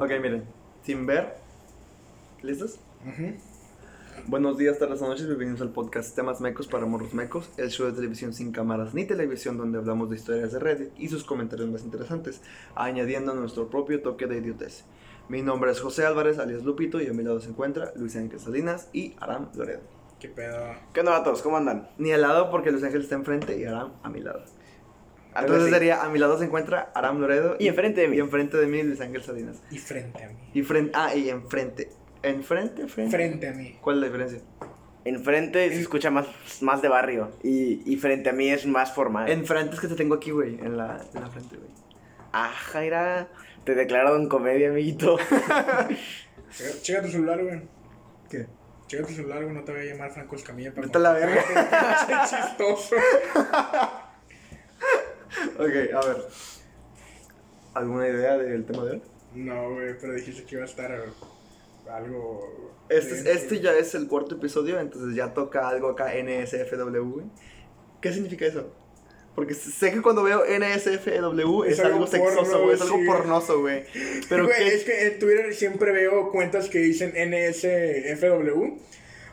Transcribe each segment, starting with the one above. Ok, miren. Sin ver. ¿Listos? Buenos días, tardes, noches. Bienvenidos al podcast Temas Mecos para Morros Mecos, el show de televisión sin cámaras ni televisión donde hablamos de historias de Reddit y sus comentarios más interesantes, añadiendo nuestro propio toque de idiotez. Mi nombre es José Álvarez, alias Lupito, y a mi lado se encuentra Luis Ángel Salinas y Aram Loredo. ¿Qué pedo? ¿Qué onda, vatos? ¿Cómo andan? Ni al lado porque Luis Ángel está enfrente y Aram a mi lado. Algo Entonces así. sería, a mi lado se encuentra Aram Loredo Y enfrente de mí. y enfrente de mí Luis Ángel Salinas. Y frente a mí. Y frente, ah, y enfrente. ¿Enfrente? ¿Frente? Frente a mí. ¿Cuál es la diferencia? Enfrente se escucha más, más de barrio. Y, y frente a mí es más formal. Enfrente es que te tengo aquí, güey, en la, en la frente, güey. Ah, Jaira. Te declararon comedia, amiguito. Checa, checa tu celular, güey. ¿Qué? Checa tu celular, güey. No te voy a llamar Franco Escamilla para. Vete a la verga. Qué chistoso. Ok, a ver. ¿Alguna idea del tema de hoy? No, güey, pero dijiste que iba a estar eh, algo. Este, es- bien, este ya es el cuarto episodio, entonces ya toca algo acá NSFW, güey. ¿Qué significa eso? Porque sé que cuando veo NSFW es, Es algo, algo sexoso, porno, güey, es algo sí. pornoso, güey. Pero Pero ¿qué- es que en Twitter siempre veo cuentas que dicen NSFW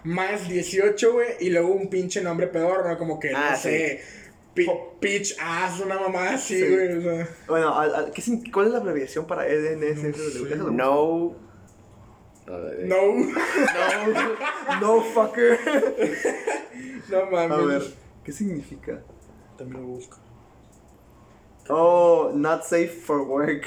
más 18, güey, y luego un pinche nombre pedorro, como que Ah, no sí. sé, pi- pitch ass, una mamá así, Sí. güey, o sea. Bueno, al- al- ¿qué sin- ¿cuál es la abreviación para NSFW? sé. Déjalo. No. No, No. No, fucker. no mames. A ver, ¿qué significa? También lo busco. Oh, not safe for work.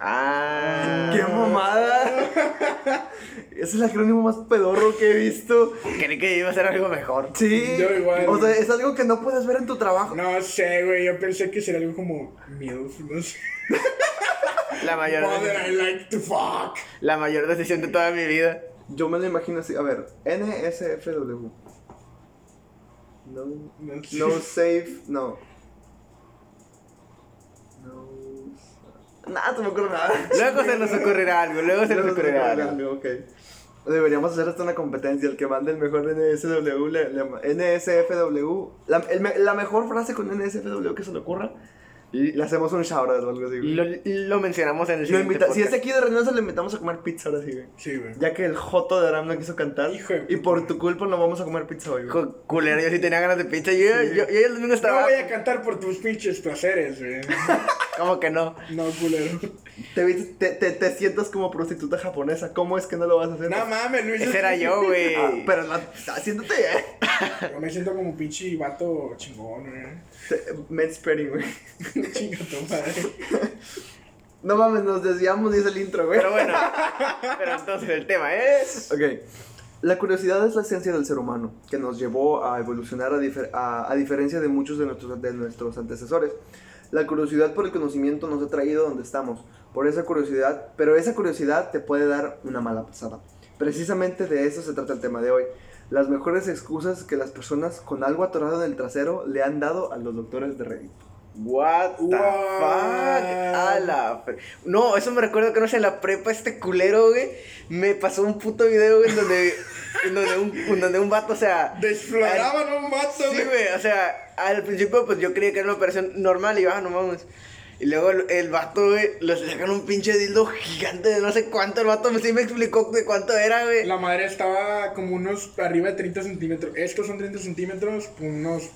Ah. ¡Qué mamada! es el acrónimo más pedorro que he visto. Creí que iba a ser algo mejor. Sí. Yo igual. O sea, es algo que no puedes ver en tu trabajo. No sé, güey, yo pensé que sería algo como MILF, no sé. La mayor, Mother, I like to fuck. la mayor decisión de toda mi vida. Yo me lo imagino así. A ver, NSFW. No, No sé. no safe, no. No. Nada, no me acuerdo nada. Luego se nos ocurrirá algo. Luego se nos No, ocurrirá no, algo. no, ok. Deberíamos hacer hasta una competencia. El que mande el mejor NSW, le- le- NSFW, la, el me- la mejor frase con NSFW que se le ocurra, y le hacemos un shoutout o algo así. güey. Lo, lo mencionamos en el Lo siguiente invita- si es podcast. de aquí de Reynosa, lo invitamos a comer pizza ahora sí, güey. Sí, güey. Ya que el Joto de Aram no quiso cantar. Hijo de y puta. por tu culpa no vamos a comer pizza hoy, güey. Cu- Culero, yo sí tenía ganas de pizza. Yo, yo, yo el domingo No estaba. voy a cantar por tus pinches placeres, güey. Como que no. No, culero. Te, viste- te, te- te sientas como prostituta japonesa. ¿Cómo es que no lo vas a hacer? No mames, Luis. pues, Ese era yo, güey. Ah, pero no, siéntate, eh. Yo me siento como pinche vato chingón, Te- Med spreading, güey. güey. Chinga tu madre. No mames, nos desviamos y es el intro, güey. Pero bueno. Pero entonces el tema es. Ok. La curiosidad es la esencia del ser humano, que nos llevó a evolucionar a, difer- a- a diferencia de muchos de nuestros, de nuestros antecesores. La curiosidad por el conocimiento nos ha traído donde estamos, por esa curiosidad, pero esa curiosidad te puede dar una mala pasada. Precisamente de eso se trata el tema de hoy. Las mejores excusas que las personas con algo atorado en el trasero le han dado a los doctores de Reddit. What the What? fuck? A la fre- No, eso me recuerdo que no sé, en la prepa este culero, güey. Me pasó un puto video, güey, en donde, en donde, un, en donde un vato, o sea. al- Desfloraban un vato, Sí, güey. güey, o sea, al principio pues yo creía que era una operación normal y yo, ah, no mames. Y luego el, el vato, güey, le sacan un pinche dildo gigante de no sé cuánto. El vato sí me explicó de cuánto era, güey. La madre estaba como unos arriba de 30 centímetros. Estos son 30 centímetros, unos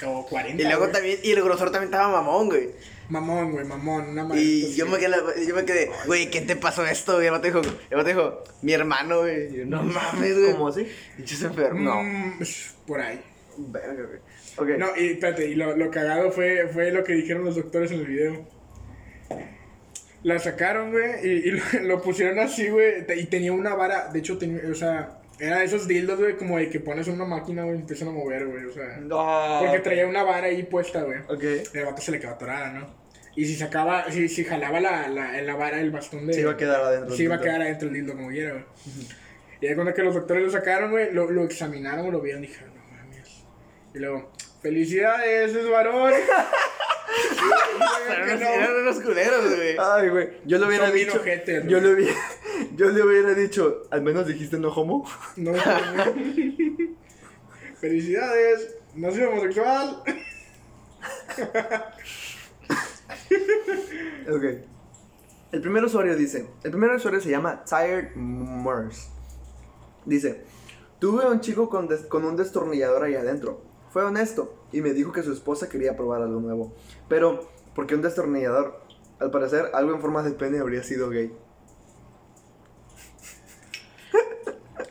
como 40. Y luego güey. también, y el grosor también estaba mamón, güey. Mamón, güey, mamón. Una madre. Y así. yo me, quedé, yo me quedé, güey, ¿qué te pasó esto? güey? El vato dijo, el vato dijo, mi hermano, güey. Y yo, no mames, güey. ¿Cómo así? Y yo se enfermo. No. Mm, por ahí. Verga, güey. Ok. No, y espérate, y lo, lo cagado fue, fue lo que dijeron los doctores en el video. La sacaron, güey, y, y lo, lo pusieron así, güey, te- y tenía una vara, de hecho, tenía, o sea, era de esos dildos, güey, como de que pones en una máquina, güey, y empiezan a mover, güey, o sea. No. Porque traía una vara ahí puesta, güey. Ok. El vato se le quedó atorada, ¿no? Y si sacaba, si, si jalaba la, la, la vara, el bastón de... Se iba a quedar adentro. Sí, iba a quedar adentro el dildo como quiera, güey. Y ahí cuando que los doctores lo sacaron, güey, lo, lo examinaron, lo vieron y dijeron, no mames. Y luego, felicidades, es varón. Y luego Eran, que eran no. unos culeros, güey. Ay, güey, yo le hubiera Son bien dicho. ojetes, yo, güey. le hubiera, yo le hubiera dicho, al menos dijiste no homo. No, güey. felicidades, no soy homosexual. Ok. El primer usuario dice, el primer usuario se llama Tired Murs. Dice, tuve a un chico con, des- con un destornillador ahí adentro. Fue honesto y me dijo que su esposa quería probar algo nuevo. Pero, ¿por qué un destornillador? Al parecer, algo en forma de pene habría sido gay.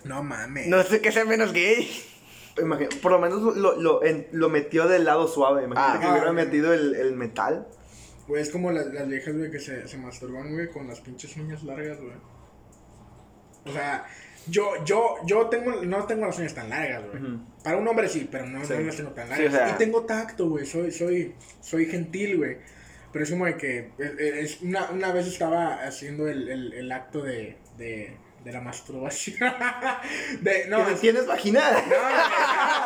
No mames. No sé qué sea menos gay. Imagina- por lo menos lo, lo, en- lo metió del lado suave. Imagínate Ah. que le hubiera Ah, ok. metido el, el metal. Güey, es como las, las viejas, güey, que se, se masturban, güey, con las pinches uñas largas, güey. O sea, yo, yo, yo tengo, no tengo las uñas tan largas, güey. Ujú. Para un hombre sí, pero no, no Sí. las tengo tan Sí, largas. o sea- Y tengo tacto, güey, soy, soy, soy gentil, güey. Pero es como de que, eh, eh, es una, una vez estaba haciendo el, el, el acto de, de, de la masturbación. de, no, ¿Que es- ¿Tienes vagina? no,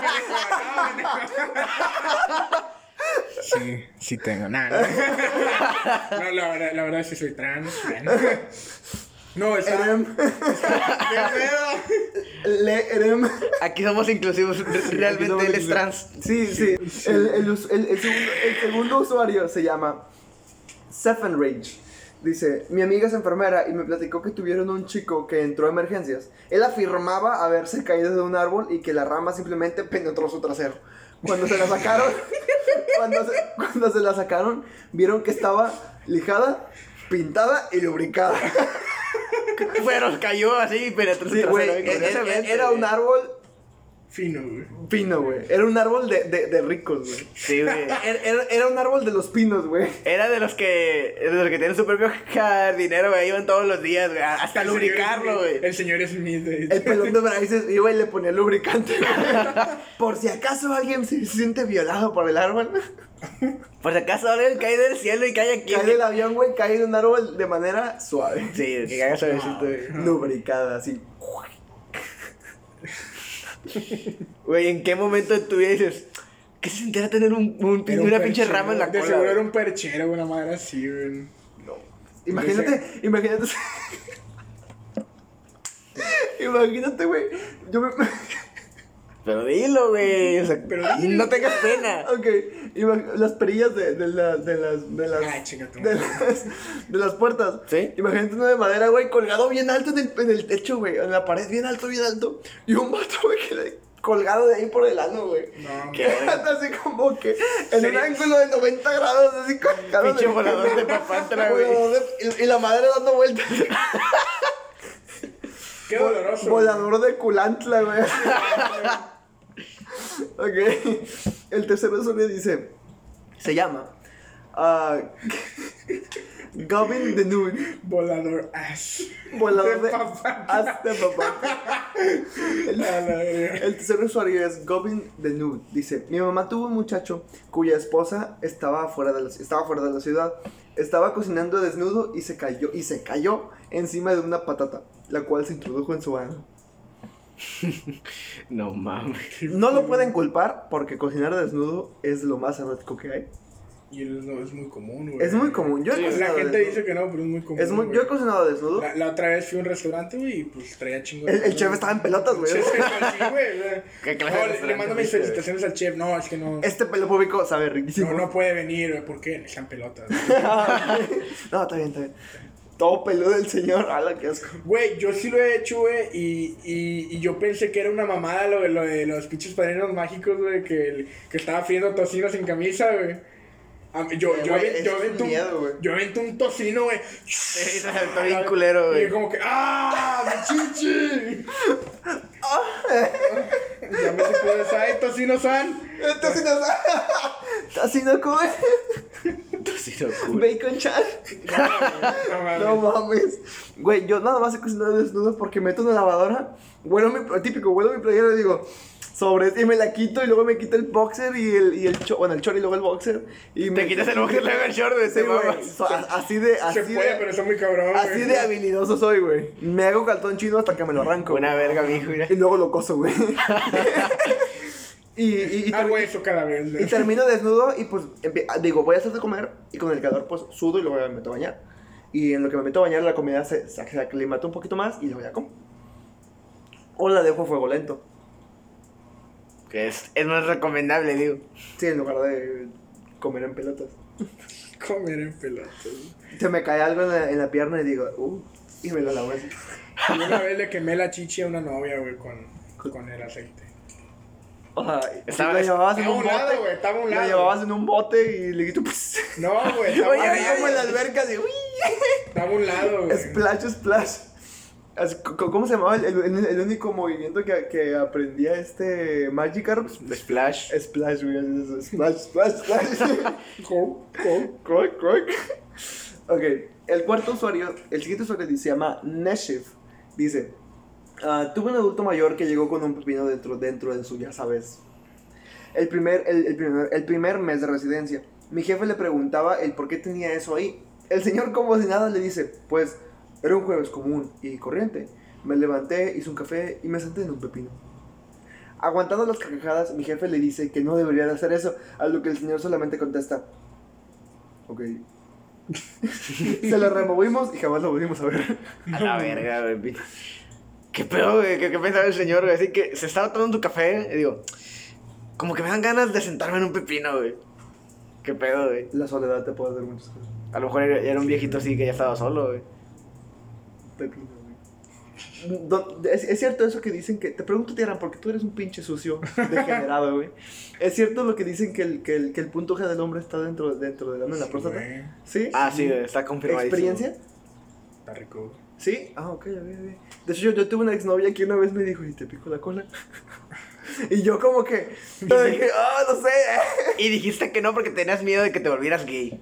pendejo, no, pendejo. Sí, sí tengo. Nada. No, No, la verdad, la verdad sí soy trans. No, estaba. Erem. ¡Qué Le Erem. Aquí somos inclusivos. Realmente él es trans. Sí, sí. El, el us- el- el segundo, el segundo usuario se llama Stephen Rage. Dice, mi amiga es enfermera y me platicó que tuvieron un chico que entró a emergencias. Él afirmaba haberse caído de un árbol y que la rama simplemente penetró su trasero. Cuando se la sacaron, cuando se, cuando se la sacaron, vieron que estaba lijada, pintada y lubricada. Pero cayó así, pero tú Sí, güey, era, era un árbol Fino, güey. Pino, güey. Era un árbol de, de, de ricos, güey. Ah, Sí, güey. Era, era- era un árbol de los pinos, güey. Era de los que de los que tienen su propio jardinero, güey, iban todos los días, güey, hasta lubricarlo, güey. El señor Smith. El pelón de Bryce iba y le ponía lubricante, güey. Por si acaso alguien se siente violado por el árbol. Por si acaso alguien cae del cielo y cae aquí. Cae del avión, güey, cae de un árbol de manera suave. Sí, que caiga suavecito, güey. Lubricada, así. Güey, ¿en qué momento de tu vida dices, qué se sentirá tener un, un- Era un una pinche perchero, rama en la De cola? seguro güey? era un perchero, una madre así, güey. No. Imagínate, imagínate. Imagínate, güey. Yo me. Pero dilo, güey, o sea, Pero no tengas pena. Ok, imag- las perillas de, de la- de las. De las, Ay, Ah, chinga tu de madre. las, de las puertas. Sí. Imagínate uno de madera, güey, colgado bien alto en el, en el techo, güey. En la pared, bien alto, bien alto. Y un vato, güey, que le- colgado de ahí por el ano, güey. No, que hombre. anda así como que en un Sería- ángulo de 90 grados, así colgado. Pinche del- volador de papantla, güey. Volador de- Y, y la madre dando vueltas. Qué doloroso. Volador de culantla, güey. ok. El tercer usuario dice: Se llama. ah, Gavin the Nude. güey. Volador ass. Volador de papá. haz de papá. El, A la verga. el tercer usuario es Gobin the Nude. Dice, mi mamá tuvo un muchacho cuya esposa estaba fuera de la, estaba fuera de la ciudad. Estaba cocinando desnudo y se cayó y se cayó encima de una patata, la cual se introdujo en su ano. No mames. No lo pueden culpar porque cocinar desnudo es lo más erótico que hay. Y el- no, es muy común, güey. Es muy común. Yo he Sí, La cocinado gente desnudo. dice que no, pero es muy común. Es muy- güey. yo he cocinado desnudo. La, la otra vez fui a un restaurante, güey, y pues traía chingo de El- el cosas, chef güey. estaba en pelotas, güey. Sí, sí, sí, güey, güey. ¿Qué No, clase de le- le restaurante mando mis fuiste, güey? felicitaciones al chef. No, es que no. Este pelo público sabe riquísimo. No, no puede venir, güey, ¿por qué? Están pelotas. güey. no, está bien, está bien. Todo peludo el señor, ala, qué asco. Güey, yo sí lo he hecho, güey, y, y, y yo pensé que era una mamada lo, de- lo de los pinches padrinos mágicos, güey, que, el- que estaba friendo tocinos en camisa, güey. A mí- Yo, Eh, yo, güey, aven- eso yo es avento un, miedo, güey. yo avento un tocino, güey. Sí, se saltó bien culero, güey. Y yo como que, ¡ah, mi chichi! ya me puedes ¡ay, tocino san! Entonces no Así no come bacon chan. No, mames. No mames. Güey, yo nada más he cocinado desnudo porque meto una lavadora. Huelo mi, típico, huelo mi playera y digo, sobre, y me la quito y luego me quito el boxer y el, y el cho- bueno, el short y luego el boxer. Y Te quitas el boxer, luego el short, güey, Sí, te güey. mamas. So- a- así de, así Se puede, de, pero está muy cabrón, güey. así de habilidoso soy, güey. Me hago calzón chino hasta que me lo arranco. Una verga, mijo, mira. Y luego lo coso, güey. y, y, y Ah, termi- güey, eso cada vez. y güey. termino desnudo y pues empie- ah, digo, voy a hacer de comer y con el calor pues sudo y luego me meto a bañar. Y en lo que me meto a bañar la comida se, se, se aclimata un poquito más y luego ya como. O la dejo a fuego lento. Que es, es más recomendable, digo. Sí, en lugar de comer en pelotas. Comer en pelotas. güey. Se me cae algo en la, en la pierna y digo, uh, y me lo lavo así. Y una vez le quemé la chichi a una novia, güey, con, con el aceite. O sea, Estaba- lo llevabas en estaba un a un lado, bote. güey, estaba a un Lo lado. llevabas en un bote y le dijiste, pues. No, güey, estaba, Oye, a un así lado, como en la alberca, así, uy. estaba a un lado, güey. Splash, splash. Así, co- co- ¿Cómo se llamaba el, el- el único movimiento que, que aprendía este Magikarp? Pues, Splash. Splash, güey. así, Splash, splash, splash. Go, go. Croc, croc. Ok, el cuarto usuario, el siguiente usuario dice- se llama Neshif. Dice: ah, Tuve un adulto mayor que llegó con un pepino dentro, dentro de su, ya sabes. El primer, el, el primer, el primer mes de residencia. Mi jefe le preguntaba el por qué tenía eso ahí. El señor, como si nada, le dice: Pues era un jueves común y corriente. Me levanté, hice un café y me senté en un pepino. Aguantando las carcajadas, mi jefe le dice que no debería de hacer eso, a lo que el señor solamente contesta, Ok. Se lo removimos y jamás lo volvimos a ver. A la verga, güey. pi- ¿Qué pedo, güey? ¿Qué, qué pensaba el señor, güey? Así que se estaba tomando un café y digo, como que me dan ganas de sentarme en un pepino, güey. ¿Qué pedo, güey? La soledad te puede hacer muchas cosas. A lo mejor era, era un viejito así que ya estaba solo, güey. Pepino, güey. Do- ¿Es, es cierto eso que dicen que. Te pregunto, Tiaran, porque tú eres un pinche sucio degenerado, güey. ¿Es cierto lo que dicen que el, que el, que el punto G del hombre está dentro, dentro del ano en la próstata? Güey, ¿Sí? Ah, sí, güey, está confirmadísimo. ¿Experiencia? Está rico. ¿Sí? Ah, ok, ya vi, ya vi. De hecho, yo, yo tuve una exnovia que una vez me dijo, ¿y te pico la cola? y yo, como que. yo dije, ah, no sé. Y dijiste que no porque tenías miedo de que te volvieras gay.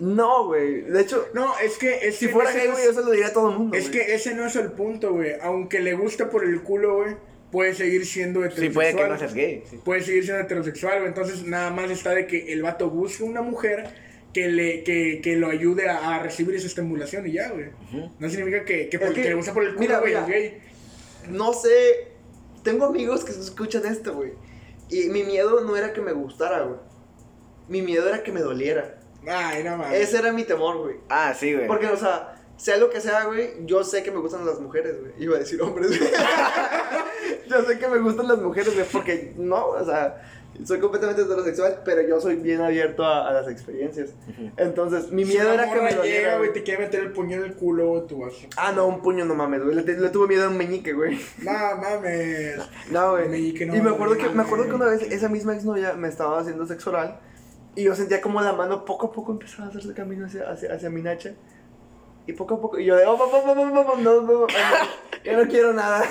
No, güey. De hecho, No, es que. Es si que fuera ese gay, no güey, es- yo se lo diría a todo el mundo. Es güey. que ese no es el punto, güey. Aunque le gusta por el culo, güey, puede seguir siendo Sí, heterosexual. puede que no seas gay. sí. Puede seguir siendo heterosexual, güey. Entonces, nada más está de que el vato busque una mujer que le que, que lo ayude a, a recibir esa estimulación y ya, güey. No significa que, que, Es por- que- que le gusta por el culo, mira, güey, mira. es gay. no sé. Tengo amigos que escuchan esto, güey. Y mi miedo no era que me gustara, güey. Mi miedo era que me doliera. Ay, nada más. Ese era mi temor, güey. Ah, sí, güey. Porque, o sea, sea lo que sea, güey, yo sé que me gustan las mujeres, güey. Iba a decir hombres, güey. yo sé que me gustan las mujeres, güey, porque no, o sea, soy completamente heterosexual, pero yo soy bien abierto a, a las experiencias. Entonces, mi Si una miedo era que morra me llega, doliera, güey, güey. te quiere meter el puño en el culo, güey, tú vas. Ah, no, un puño no mames, güey. Le, le tuve miedo a un meñique, güey. No mames. No, Me güey. di que no, y me acuerdo, que, güey. me acuerdo que una vez esa misma exnovia me estaba haciendo sexo oral y yo sentía como la mano poco a poco empezaba a hacerse camino hacia, hacia, hacia mi nacha. Y poco a poco, y yo de, oh, pa, pa, pa, pa, pa, pa, no, no, no, yo no quiero nada.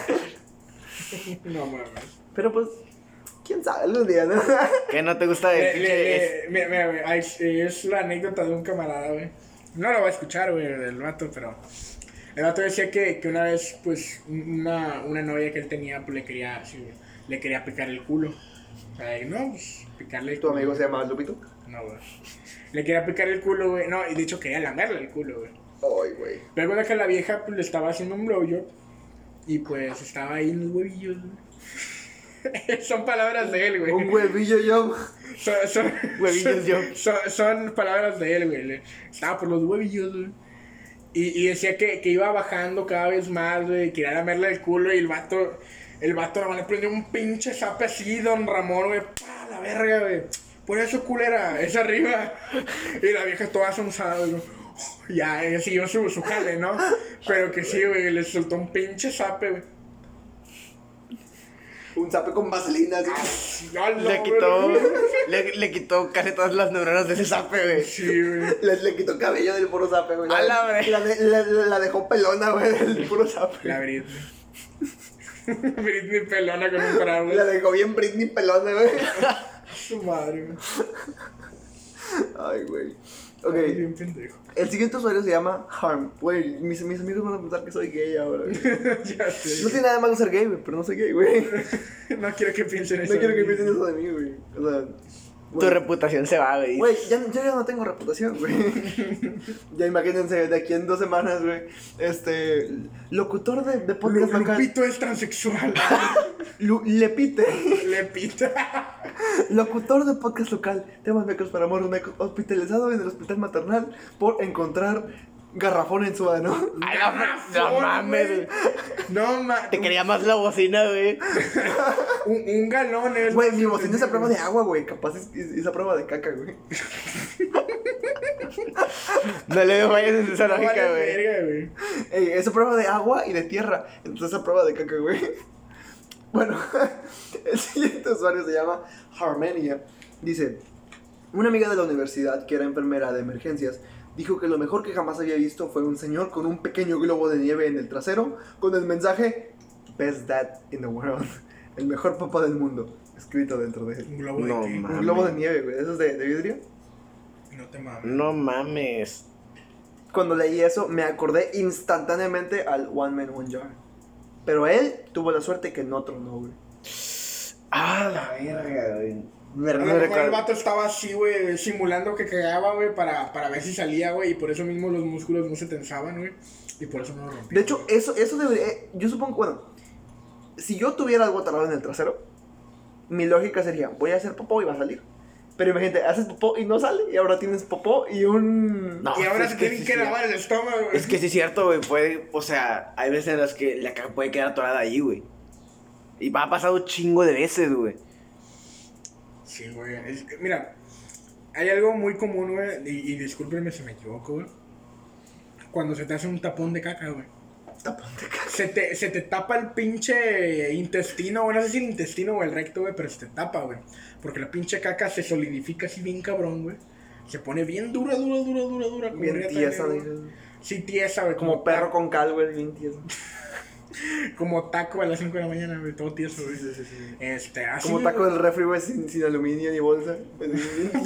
No mames. Pero pues, quién sabe, algún día, ¿no? ¿Qué no te gusta de Le- le- le- Mira, mira, güey, ay, es, es la anécdota de un camarada, güey. No la va a escuchar, güey, el vato, pero... El vato decía que, que una vez, pues, una, una novia que él tenía, pues, le quería, sí, le quería picar el culo. Ay, no, pues, picarle el Tu culo. amigo se llama Lupito. No, güey. Le quería picar el culo, güey. No, y de hecho quería lamerle el culo, güey. Ay, güey. Pero bueno, que la vieja pues, le estaba haciendo un blowjob y pues estaba ahí en los huevillos, güey. Son palabras de él, güey. Un huevillo yo. Son, son- Huevillos, son- yo. son- son palabras de él, güey. Le- Estaba por los huevillos, güey. Y, y decía que, que iba bajando cada vez más, güey. Quería lamerle el culo y el vato. El vato nomás le prendió un pinche zape así, don Ramón, güey. ¡Pa! La verga, güey. Por eso, culera, es arriba. Y la vieja toda asombrada, güey. Ya, ella siguió su, su jale, ¿no? Pero que sí, güey, le soltó un pinche zape, güey. Un sape con vaselina. así. ¡Ah, la Le quitó, verga! le, le quitó casi todas las neuronas de ese zape, güey. Sí, güey. Le, le quitó cabello del puro sape, güey. A la vez. la, de- la- la dejó pelona, güey, del puro sape. La Britney. Britney pelona con un paraguas. La dejó bien Britney pelona, güey. Su madre, güey. Ay, güey. Ay, Ok, Bien pendejo. el siguiente usuario se llama Harm. Güey, mis, mis amigos van a pensar que soy gay ahora, güey. ya No sé. tiene nada de malo ser gay, güey, pero no soy gay, güey. No No quiero que piensen eso. quiero de que mí. piensen eso de mí, güey. O sea, Tu bueno, reputación se va, güey. güey, ya, yo ya no tengo reputación, güey. ya imagínense, de aquí en dos semanas, güey, este, locutor de, de Lu- podcast local, Lupito es transexual. Lu- Lepite, Le pita. locutor de podcast local, temas mecos para amor, un eco- hospitalizado en el hospital maternal por encontrar garrafón en su ano. Ay, no, no Razón, mames, güey. güey. No mames. Te quería más la bocina, güey. Un, un galón es. Güey, mi bocina es a prueba de agua, güey. Capaz es, es- es a prueba de caca, güey. No le veo fallas en esa No vale lógica, güey. verga, güey. Ey, es a prueba de agua y de tierra. Entonces a prueba de caca, güey. Bueno, el siguiente usuario se llama Harmenia. Dice, una amiga de la universidad que era enfermera de emergencias dijo que lo mejor que jamás había visto fue un señor con un pequeño globo de nieve en el trasero con el mensaje Best Dad in the World. El mejor papá del mundo. Escrito dentro de él. Un globo No, de qué? ma- Un Mames. globo de nieve, güey. ¿Eso es de, de vidrio? No te mames. No mames. Cuando leí eso, me acordé instantáneamente al One Man, One Jar. Pero él tuvo la suerte que no tronó, güey. Ah, la verga, güey. A Verdad, lo mejor recuerdo. el vato estaba así, güey, simulando que cagaba, güey, para, para ver si salía, güey, y por eso mismo los músculos no se tensaban, güey, y por eso no lo rompí. De hecho, eso, eso debería. eh, Yo supongo, bueno, si yo tuviera algo atarrado en el trasero, mi lógica sería: voy a hacer popó y va a salir. Pero imagínate, haces popó y no sale, y ahora tienes popó y un. No, y ahora Ah, es se que tienen sí, que sí, lavar el estómago, güey. Es que sí es cierto, güey. Puede, o sea, hay veces en las que la caca puede quedar atorada ahí, güey. Y me ha pasado un chingo de veces, güey. Sí, güey. es que, mira, hay algo muy común, güey, y, y discúlpenme si me equivoco, güey. Cuando se te hace un tapón de caca, güey. Tapón de caca. Se te, se te tapa el pinche intestino, güey. No sé si el intestino o el recto, güey, pero se te tapa, güey. Porque la pinche caca se solidifica así bien cabrón, güey. Se pone bien dura, dura, dura, dura, dura. como Bien riata de tiesa, negro, güey. dices. Sí, tiesa, güey. Como perro con cal, güey, bien tiesa. Como taco a las 5 de la mañana, güey. Todo tieso, güey. Este, así. Como güey. taco del refri, güey, sin, sin aluminio ni bolsa. Pues, bien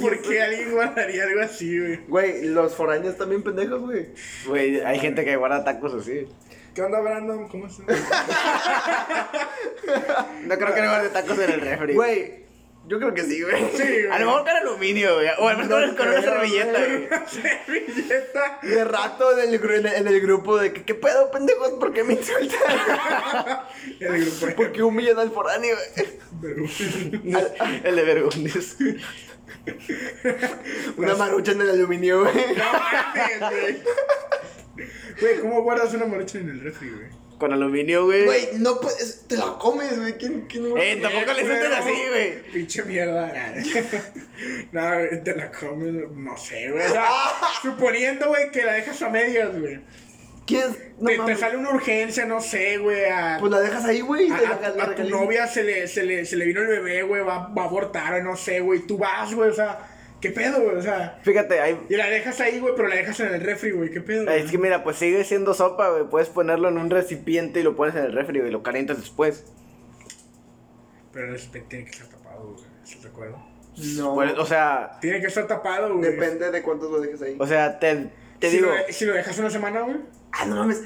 ¿Por tieso. qué alguien guardaría algo así, güey? Güey, los foráneos también pendejos, güey. Güey, hay gente que guarda tacos así. ¿Qué onda, Brandon? ¿Cómo estás? No creo que no guarde tacos en el refri. Güey, yo creo que sí, güey. Sí, güey. A lo mejor con aluminio, güey. O a lo mejor No con una creo, servilleta, güey. güey. servilleta. De rato en el, gru- en el- en el grupo de que, ¿qué pedo, pendejos? ¿Por qué me insultan? El grupo de- ¿Por qué humillan al foráneo? güey? Pero- El de vergüenza. Una marucha en el aluminio, güey. No mames, güey. Güey, ¿cómo guardas una marucha en el refri, güey? Con aluminio, güey. Güey, no puedes. Te la comes, güey. ¿Quién, quién Eh, tampoco le suelten suelten así, güey. Pinche mierda. No, güey, te la comes, no sé, güey. O sea, Ah. suponiendo, güey, que la dejas a medias, güey. ¿Quién es? No te, te mames. sale una urgencia, no sé, güey. A, Pues la dejas ahí, güey. y a- te la- a- la a tu regalizas. novia se le, se, le, se le vino el bebé, güey, va, va a abortar, no sé, güey. Tú vas, güey, o sea, ¿qué pedo, güey? O sea, Fíjate, hay. Y la dejas ahí, güey, pero la dejas en el refri, güey. ¿Qué pedo? güey? Es que mira, pues sigue siendo sopa, güey. Puedes ponerlo en un recipiente y lo pones en el refri, güey. Lo calientas después. Pero el recipiente tiene que estar tapado, güey. ¿Estás de acuerdo? No. Pues, o sea, Tiene que estar tapado, güey. Depende de cuántos lo dejes ahí. o sea, te, te si digo. Lo, si lo dejas una semana, güey. Ah, no mames.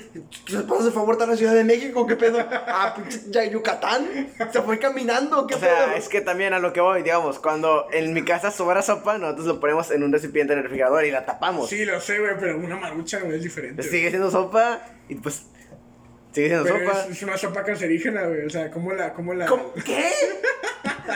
¿Tus esposos se fue a abortar a la Ciudad de México? ¿Qué pedo? Ah, pinche ya Yucatán. Se fue caminando. ¿Qué O sea, pedo? es que también a lo que voy, digamos, cuando en mi casa sobra sopa, nosotros lo ponemos en un recipiente en el refrigerador y la Pues. tapamos. Sí, lo sé, güey, pero una marucha, güey, es diferente. Entonces, güey. sigue siendo sopa y pues. Sigue siendo Pero sopa. es, es una sopa cancerígena, güey. O sea, ¿cómo la.? Cómo la... ¿Cómo? ¿Qué?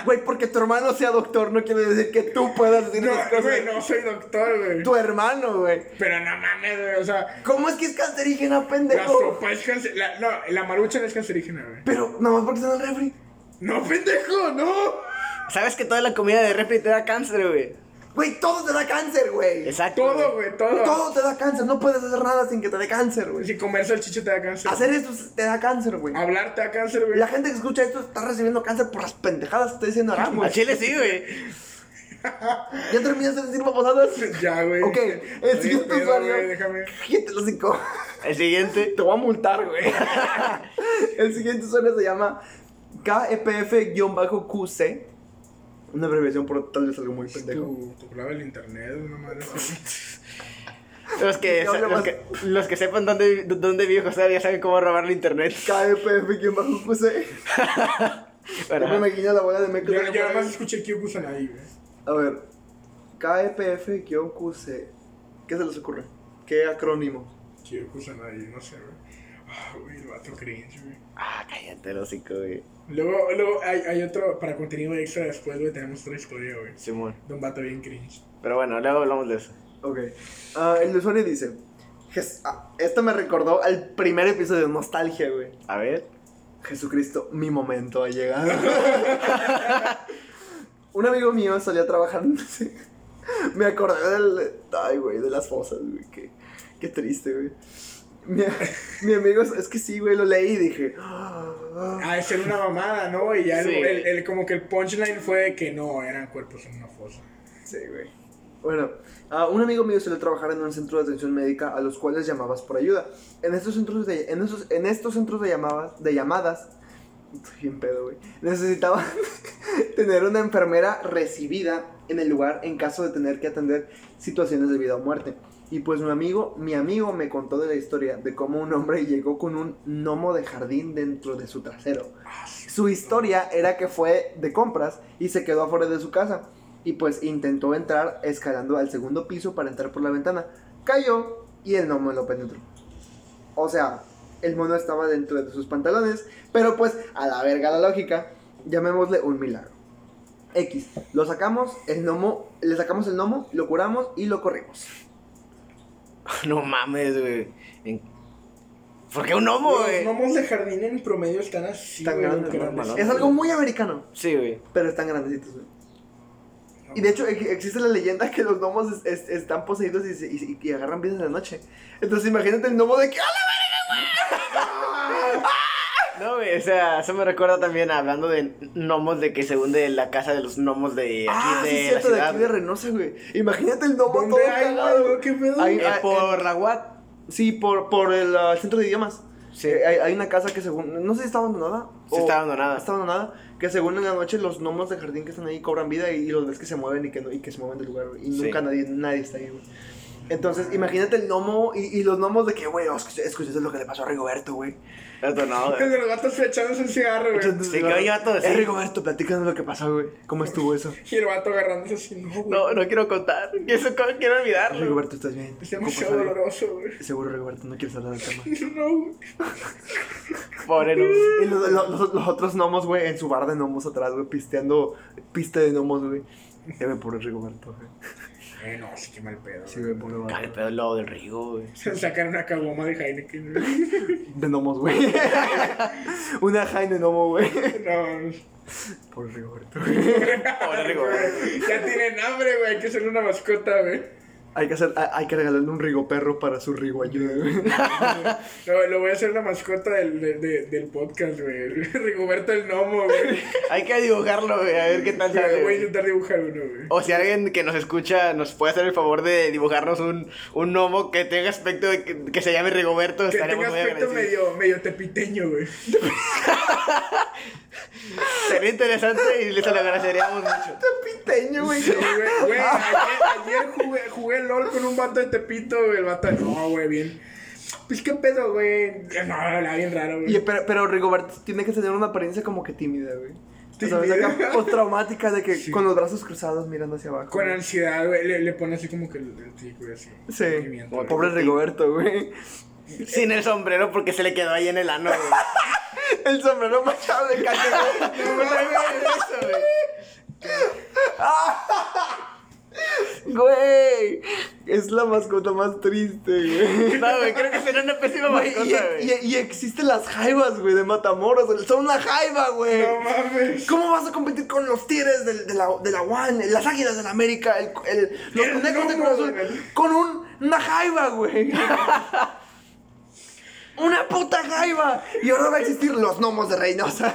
Güey, porque tu hermano sea doctor no quiere decir que tú puedas decir esas No, cosas. güey, no soy doctor, güey. Tu hermano, güey. Pero no mames, güey. O sea, ¿Cómo es que es cancerígena, la pendejo? sopa es cancerígena. No, la marucha no es cancerígena, güey. Pero nada más porque está en el refri. No, pendejo, no. ¿Sabes que toda la comida de refri te da cáncer, güey? Güey, todo te da cáncer, güey. Exacto. Todo, güey, todo. Ah, Todo te da cáncer. No puedes hacer nada sin que te dé cáncer, güey. Si comer salchicha te da cáncer. Hacer esto te da cáncer, güey. Hablar te da cáncer, güey. La gente que escucha esto está recibiendo cáncer por las pendejadas que estoy diciendo ahora, A güey. Chile sí, güey. ¿Ya terminaste de decir babosadas? Ya, güey. Ok, el Oye, siguiente pedo, usuario. güey, déjame. Gente, los cinco. El siguiente. Te voy a multar, güey. El siguiente usuario se llama KEPF-QC. Una abreviación por tal vez algo muy pendejo. Tu, tu clave del internet, una madre. así. Los que, ¿Qué hablo los más? que, los que sepan dónde, dónde vive José ya saben cómo robar el internet. KEPF-QC. Bueno, Yo me imagino la bola de Mecos. yo, yo además escuché que usan ahí, güey. A ver, KEPF-QC. ¿Qué se les ocurre? ¿Qué acrónimo? Que usan ahí, no sé, güey. Ah, güey, el vato cringe, güey. Ah, cállate, el hocico, güey. Luego, luego hay, hay otro para contenido extra después, güey. Tenemos otra historia, güey. Simón. De un vato bien cringe. Pero bueno, luego hablamos de eso. Ok. Ah, el usuario dice: "Jes- ah, Esto me recordó al primer episodio de Nostalgia, güey. A ver. Jesucristo, mi momento ha llegado. Un amigo mío solía trabajar. sí. Me acordé del. Ay, güey, de las fosas, güey. Qué, qué triste, güey. Mi, mi amigo, es que sí, güey, lo leí y dije. "Ah, ah". Ah, es ser una mamada, ¿no? Y ya el- Sí. el, el- como que el punchline fue de que no, eran cuerpos en una fosa. Sí, güey. Bueno, a un amigo mío suele trabajar en un centro de atención médica a los cuales llamabas por ayuda. En estos centros de, en esos, en estos centros de, llamadas, de llamadas, estoy bien pedo, güey, necesitaban tener una enfermera recibida en el lugar en caso de tener que atender situaciones de vida o muerte. Y pues mi amigo, mi amigo me contó de la historia de cómo un hombre llegó con un gnomo de jardín dentro de su trasero. Su historia era que fue de compras y se quedó afuera de su casa. Y pues intentó entrar escalando al segundo piso para entrar por la ventana. Cayó y el gnomo lo penetró. O sea, el mono estaba dentro de sus pantalones. Pero pues, a la verga la lógica, llamémosle un milagro. X, lo sacamos, el gnomo, le sacamos el gnomo, lo curamos y lo corrimos. No mames, güey. En- ¿Por qué un homo, Los güey? gnomos de jardín en promedio están así, Tan güey, grandes, grandes. ¿no? Es algo muy americano, Sí, güey. pero están grandecitos, güey. Y de hecho ex- existe la leyenda que los gnomos es- es- están poseídos y, se- y- y agarran vidas en la noche. Entonces imagínate el gnomo de que... ¡Ala! No, güey, o sea, eso me recuerda también hablando de gnomos de que se hunde la casa de los gnomos de aquí Ah, de sí, la cierto, de ciudad. aquí de Reynosa, güey. Imagínate el gnomo todo ¿Dónde hay, cagado. güey? ¿Qué pedo? Hay- Eh, ah, por la UAT. Sí, por, por el ah, centro de idiomas. Sí. Eh, hay, hay una casa que según... No sé si está abandonada. Sí, o- está abandonada. Está abandonada. Que según en la noche los gnomos de jardín que están ahí cobran vida y, y los ves que se mueven y que, no- y que se mueven del lugar. güey, Y Sí. nunca nadie, nadie está ahí, güey. Entonces, imagínate el gnomo y, y los gnomos de que, güey, oh, escuch- escuchaste lo que le pasó a Rigoberto, güey. Esto no, El güey. de los gatos echándose un cigarro, güey. Entonces, Sí, Rigoberto, que oye, vato, sí. "Eh, Rigoberto, platícanos lo que pasó, güey. ¿Cómo estuvo eso? Y el vato agarrándose así, no, güey. Este No, no quiero contar. Que Eso co- quiero olvidarlo. Rigoberto, ¿estás bien? es ¿Cómo demasiado pasó, güey? doloroso, güey. Seguro, Rigoberto, no quieres hablar del tema. No, güey. Pobre no. Y los, los- los- los otros gnomos, güey, en su bar de gnomos atrás, güey, pisteando pista de gnomos, güey. Eh, güey, pobre Rigoberto, güey. Eh, no, sí, qué mal pedo. Sí, güey, pobre vato. Ay, pedo el lobo del río, güey. Sacar una caguama de Heineken, güey. De gnomos, güey. Una Jaime de gnomo, güey. No, Pobre Rigoberto, güey. Pobre Rigoberto. ya tienen hambre, güey. Hay que ser una mascota, güey. Hay que, hacer, hay, hay que regalarle un Rigo perro para su Rigo ayuda, güey. No, lo voy a hacer la mascota del, de- de- del podcast, güey. Rigoberto el Nomo, güey. Hay que dibujarlo, güey, a ver qué tal sale. Voy a güey. Oh, intentar dibujar uno, güey. O si alguien que nos escucha nos puede hacer el favor de dibujarnos un, un gnomo que tenga aspecto de que, que se llame Rigoberto, Que estaremos tenga muy aspecto agradecidos. medio, medio tepiteño, güey. Sería interesante y les lo agradeceríamos mucho. Piteño, güey. Sí, güey, güey, ayer, ayer jugué, jugué LOL con un vato de Tepito, güey. El vato, no, güey, bien. Pues qué pedo, güey. No, habla bien raro, Y, güey. pero, pero Rigoberto tiene que tener una apariencia como que tímida, güey. O sea, Tímida. acá, o traumática de que con los brazos cruzados mirando hacia abajo. Con güey. ansiedad, güey. Le, le pone así como que el, el tic, güey, así. Sí. Movimiento, güey. Pobre Rigoberto, güey. Sin el sombrero porque se le quedó ahí en el ano, güey. El sombrero machado de calle, güey. No me hagas eso, güey. Güey, es la mascota más triste, güey. No, güey, creo que será una pésima Güey, y, mascota, güey. y- y existen las jaivas, güey, de Matamoros. güey. Son una jaiba, güey. No mames. ¿Cómo vas a competir con los tigres del- de, la, de la UAN, las águilas del América, el, el- los El conejos de lomo, Cruz Azul, güey. Con un, una jaiba, güey. una puta jaiba. Y ahora va a existir los gnomos de Reynosa.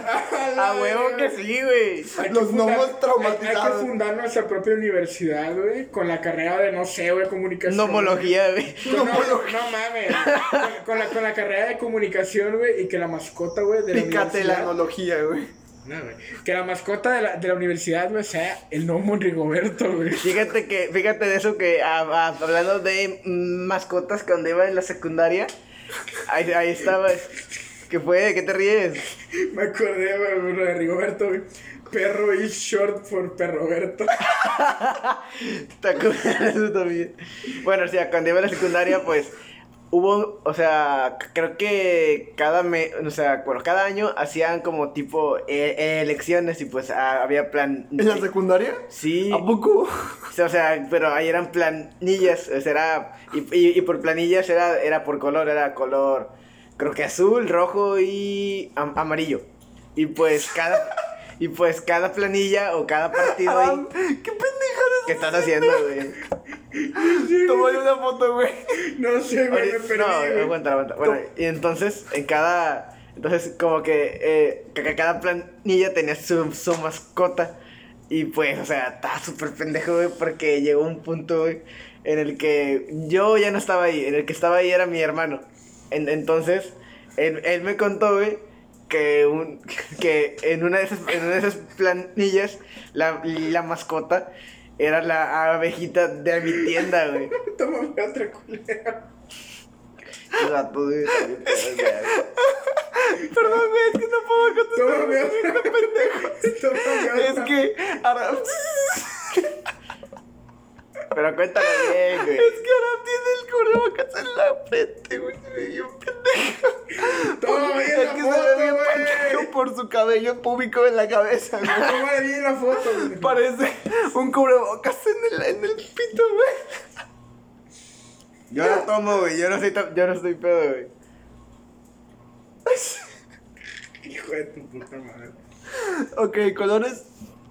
A huevo que sí, güey. Hay que fundar- Los gnomos hay- Hay, traumatizados. que fundar nuestra propia universidad, güey. Con la carrera de, no sé, güey, comunicación. Nomología, güey. Con- No, no mames. Con, con la, con la carrera de comunicación, güey. Y que la mascota, güey, de la Pícate la universidad- analogía, güey. No, güey. Que la mascota de la, de la universidad, güey, sea el gnomo Rigoberto, güey. Fíjate que, fíjate de eso que a- a- hablando de mm, mascotas cuando iba en la secundaria, ahí, ahí estabas. ¿Qué fue? ¿De qué te ríes? Me acordé, güey, uno de Rigoberto, güey. Perro is short for perroberto. ¿Te acuerdas de eso también? Bueno, o sea, cuando iba en la secundaria, pues hubo, o sea, c- creo que cada me, o sea, bueno, cada año hacían como tipo eh, eh, elecciones y pues ah, había plan. ¿En la secundaria? Sí. ¿A poco? O sea, o sea, pero ahí eran planillas, o sea, era, y, y- y por planillas era, era por color, era color, creo que azul, rojo y am- amarillo. Y pues cada, y pues cada planilla o cada partido ahí, Ah, ¿Qué pendejadas ¿Qué estás haciendo, güey? Tómale una foto, güey. No sé, güey, me Ahorita- perdí. No, güey. aguanta, aguanta. Bueno, y entonces, en cada. Entonces, como que eh, ca- ca- cada planilla tenía su, su mascota. Y pues, o sea, estaba súper pendejo, güey, porque llegó un punto, güey, en el que yo ya no estaba ahí. En el que estaba ahí era mi hermano. En- entonces, él, él me contó, güey, que, un, que en, una de esas, en una de esas planillas, la, la mascota era la abejita de mi tienda, güey. Tómame otra culera. O sea, tú, güey, también puedes, güey. Perdón, güey, es que no puedo Tómame otra. Tómame otra. Es que. Ara- Pero cuéntalo bien, güey. Es que ahora tiene el cubrebocas en la frente, güey. Se ve bien pendejo. Tómame bien Es la que foto, se ve bien güey. pendejo por su cabello púbico en la cabeza, güey. Tómale bien la foto, güey. Parece un cubrebocas en el, en el pito, güey. Yo no tomo, güey. Yo no soy, tan- yo no estoy pedo, güey. Hijo de tu puta madre. Ok, colores.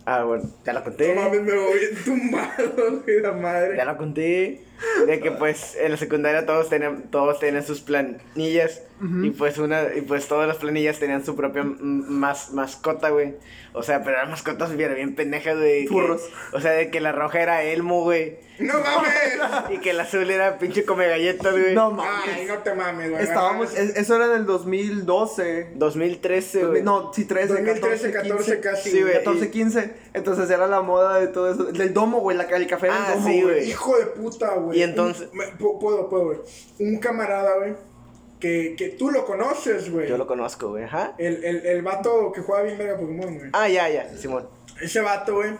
Ah, bueno. Ya lo No conté. mames, me voy bien tumbado, güey, la Ya madre. lo conté. De que, pues, en la secundaria todos tenían, todos tenían sus planillas. Y pues una, y pues todas las planillas tenían su propia m- mas, mascota, güey. O sea, pero eran mascotas bien, bien pendejas, güey. que- Furros. o sea, de que la roja era Elmo, güey. ¡No mames! Y que la azul era pinche come galletas, güey. No Ay, mames. no te mames, güey. Estábamos. es- Eso era en el 2012. 2013, güey. No, sí, 13, 2013, 14, casi. Sí, güey. 14, 15. Entonces era la moda de todo eso. Del domo, güey. La, el café del Ah, domo. sí, güey. Hijo de puta, güey. Y entonces- Un- me- pu- puedo, puedo, güey. Un camarada, güey. Que, que tú lo conoces, güey. Yo lo conozco, güey. Ajá. El, el, el vato que juega bien verga Pokémon, güey. Ah, ya, ya, Simón. Ese vato, güey.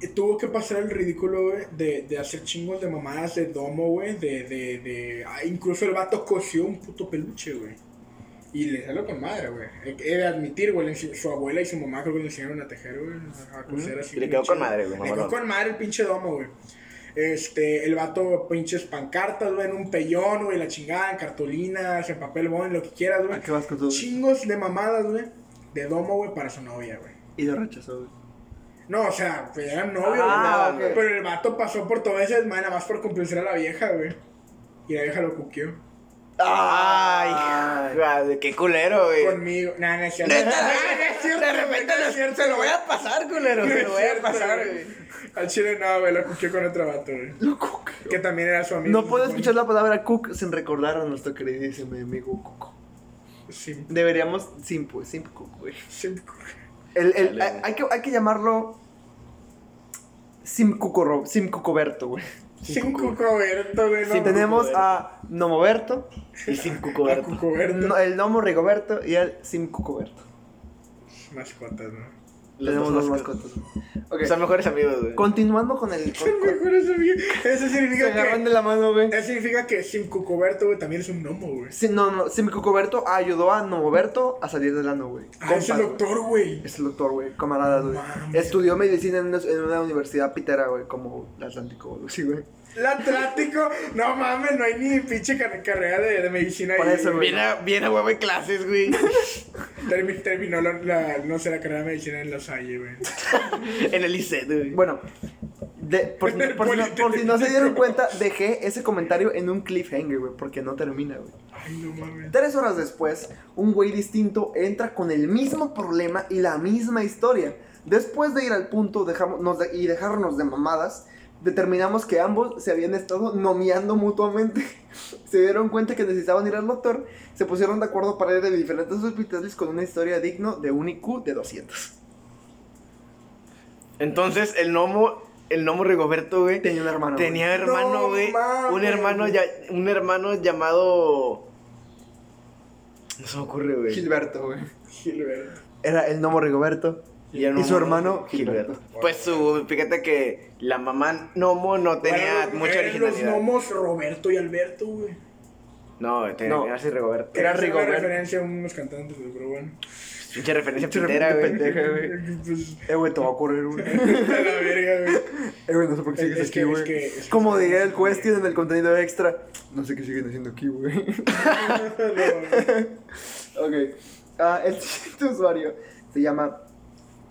eh, Tuvo que pasar el ridículo, güey, de, de hacer chingos de mamadas de domo, güey, de, de, de... ah, incluso el vato cosió un puto peluche, güey. Y le salió con madre, güey. He- He de admitir, güey, le ense- su abuela y su mamá creo que le enseñaron a tejer, güey, a- a coser Ujú. así. Y le quedó pinche- con madre, güey, Le mamalón. quedó con madre el pinche domo, güey. Este, el vato, pinches pancartas, güey, en un pellón, güey, la chingada, en cartulinas, en papel bond, lo que quieras, güey. ¿A Ah, qué vas con todo? Chingos de mamadas, güey, de domo, güey, para su novia, güey. Y lo rechazó, güey. No, o sea, pues eran novios, Ah, güey. ok. Pero el vato pasó por todo ese desmadre nada más por complacer a la vieja, güey. Y la vieja lo cuqueó. Ay, güey, qué culero, güey. Conmigo. Nah, no es cierto. Nah, no es cierto, De güey, repente no es cierto, Se lo voy a pasar, culero. no Se es lo voy a cierto, pasar, güey. güey. Al chile no, güey, lo cuqueó con otro vato, güey. Loco. que- Que también era su amigo. No puedo escuchar la palabra cook sin recordar a nuestro queridísimo amigo Coco. Sí. Deberíamos. Simp, güey. Simp Cook, güey. sí. El, el- Dale, hay, hay que, hay que llamarlo. Sim Cucorro- Sim Cucoberto, güey. Sin cucoberto, güey. Sí, no. tenemos a Nomoberto, Y sin A cucoberto. cucoberto. no- eh. el Nomo Rigoberto y el Sim Cucoberto. Mascotas, ¿no? Los Tenemos dos dos mascotas. mascotas. Ok. Son mejores amigos, güey. Continuando con el. Son con- mejores amigos. Eso se significa agarran que... de la mano, güey. Eso significa que sin cucoberto, güey, también es un gnomo, güey. Sí, no, no, sí, mi Cucoberto ayudó a Nomoberto a salir del ano, güey. Ah, es el Compas, güey. doctor, güey. Es el doctor, güey, camaradas, güey. Mames. Estudió medicina en una, en una universidad pitera, güey, como el Atlántico, o algo así, güey. El Atlántico, no mames, no hay ni pinche car- carrera de, de medicina. Por ahí, eso, güey. Bien a, bien a huevo en clases, güey. Termi- terminó la, la- no sé, la carrera de medicina en la Salle, güey. en el ICET, güey. Bueno, de- por, si, por si no, por si no se dieron cuenta, dejé ese comentario en un cliffhanger, güey, porque no termina, güey. Ay, no mames. Tres horas después, un güey distinto entra con el mismo problema y la misma historia. Después de ir al punto dejamos, nos de- y dejarnos de mamadas, determinamos que ambos se habían estado nomeando mutuamente. se dieron cuenta que necesitaban ir al doctor, se pusieron de acuerdo para ir de diferentes hospitales con una historia digno de un IQ de 200. Entonces, el gnomo, el gnomo Rigoberto, güey, Tenía un hermano. güey. tenía No hermano, güey. un mames. hermano ya, un hermano llamado. No se me ocurre, güey. Gilberto, güey. Gilberto. Era el gnomo Rigoberto. Y, el Y su Nomo, hermano, Gilberto. Pues su, fíjate que la mamá Nomo no tenía Eran- mucha eran eh, originalidad. eh, Los gnomos Roberto y Alberto, güey. No, tenía No. que ser Rigoberto. Era Esa es la Rigoberto. referencia a unos cantantes, güey, pero bueno. Pinche referencia Pinche pitera, referencia güey. pendeja, güey. Pues, Eh, güey, te va a correr, güey. a la verga, güey. Eh, güey, no sé por qué Es- sigues es aquí, que- güey. es que- es que- Como diría el question en el contenido extra. No sé qué siguen haciendo aquí, güey. No, ok. Ah, el siguiente usuario se llama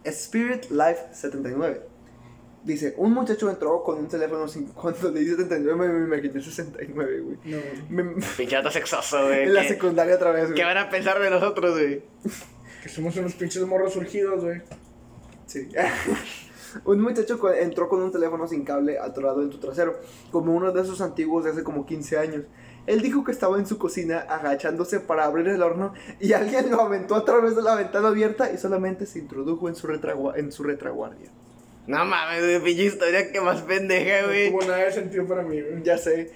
Spirit Life 79. Dice, un muchacho entró con un teléfono sin cuando le dice 79, me, me imaginé 69, güey. No. Me- Pinche dato sexoso, güey. en la ¿Qué- secundaria otra vez, güey. ¿Qué van a pensar de nosotros, güey? Que somos unos pinches morros surgidos, güey. Sí. un muchacho co- entró con un teléfono sin cable atorado en tu trasero, como uno de esos antiguos de hace como 15 años. Él dijo que estaba en su cocina agachándose para abrir el horno y alguien lo aventó a través de la ventana abierta y solamente se introdujo en su, retragua- en su retraguardia. No mames, güey, pinche historia que más pendeja, No güey. tuvo nada de sentido para mí, güey. Mm, Ya sé,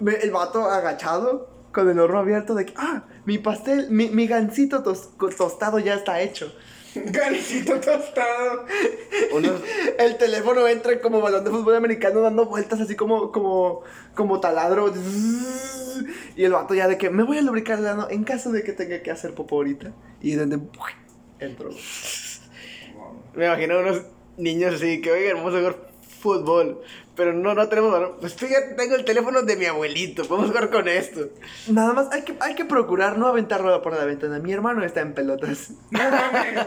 ve el vato agachado con el horno abierto de que, ah, mi pastel, mi, mi gansito tos- co- tostado ya está hecho. Gancito tostado. Unos, El teléfono entra como balón de fútbol americano dando vueltas así como, como, como taladro. Y el vato ya de que me voy a lubricar el ano en caso de que tenga que hacer popó ahorita. Y donde entró. me imagino unos niños así que, oiga, hermoso jugar fútbol. Pero no, no tenemos balón. Pues fíjate, tengo el teléfono de mi abuelito. Podemos jugar con esto. Nada más hay que, hay que procurar no aventarlo por la ventana. Mi hermano está en pelotas. No mames.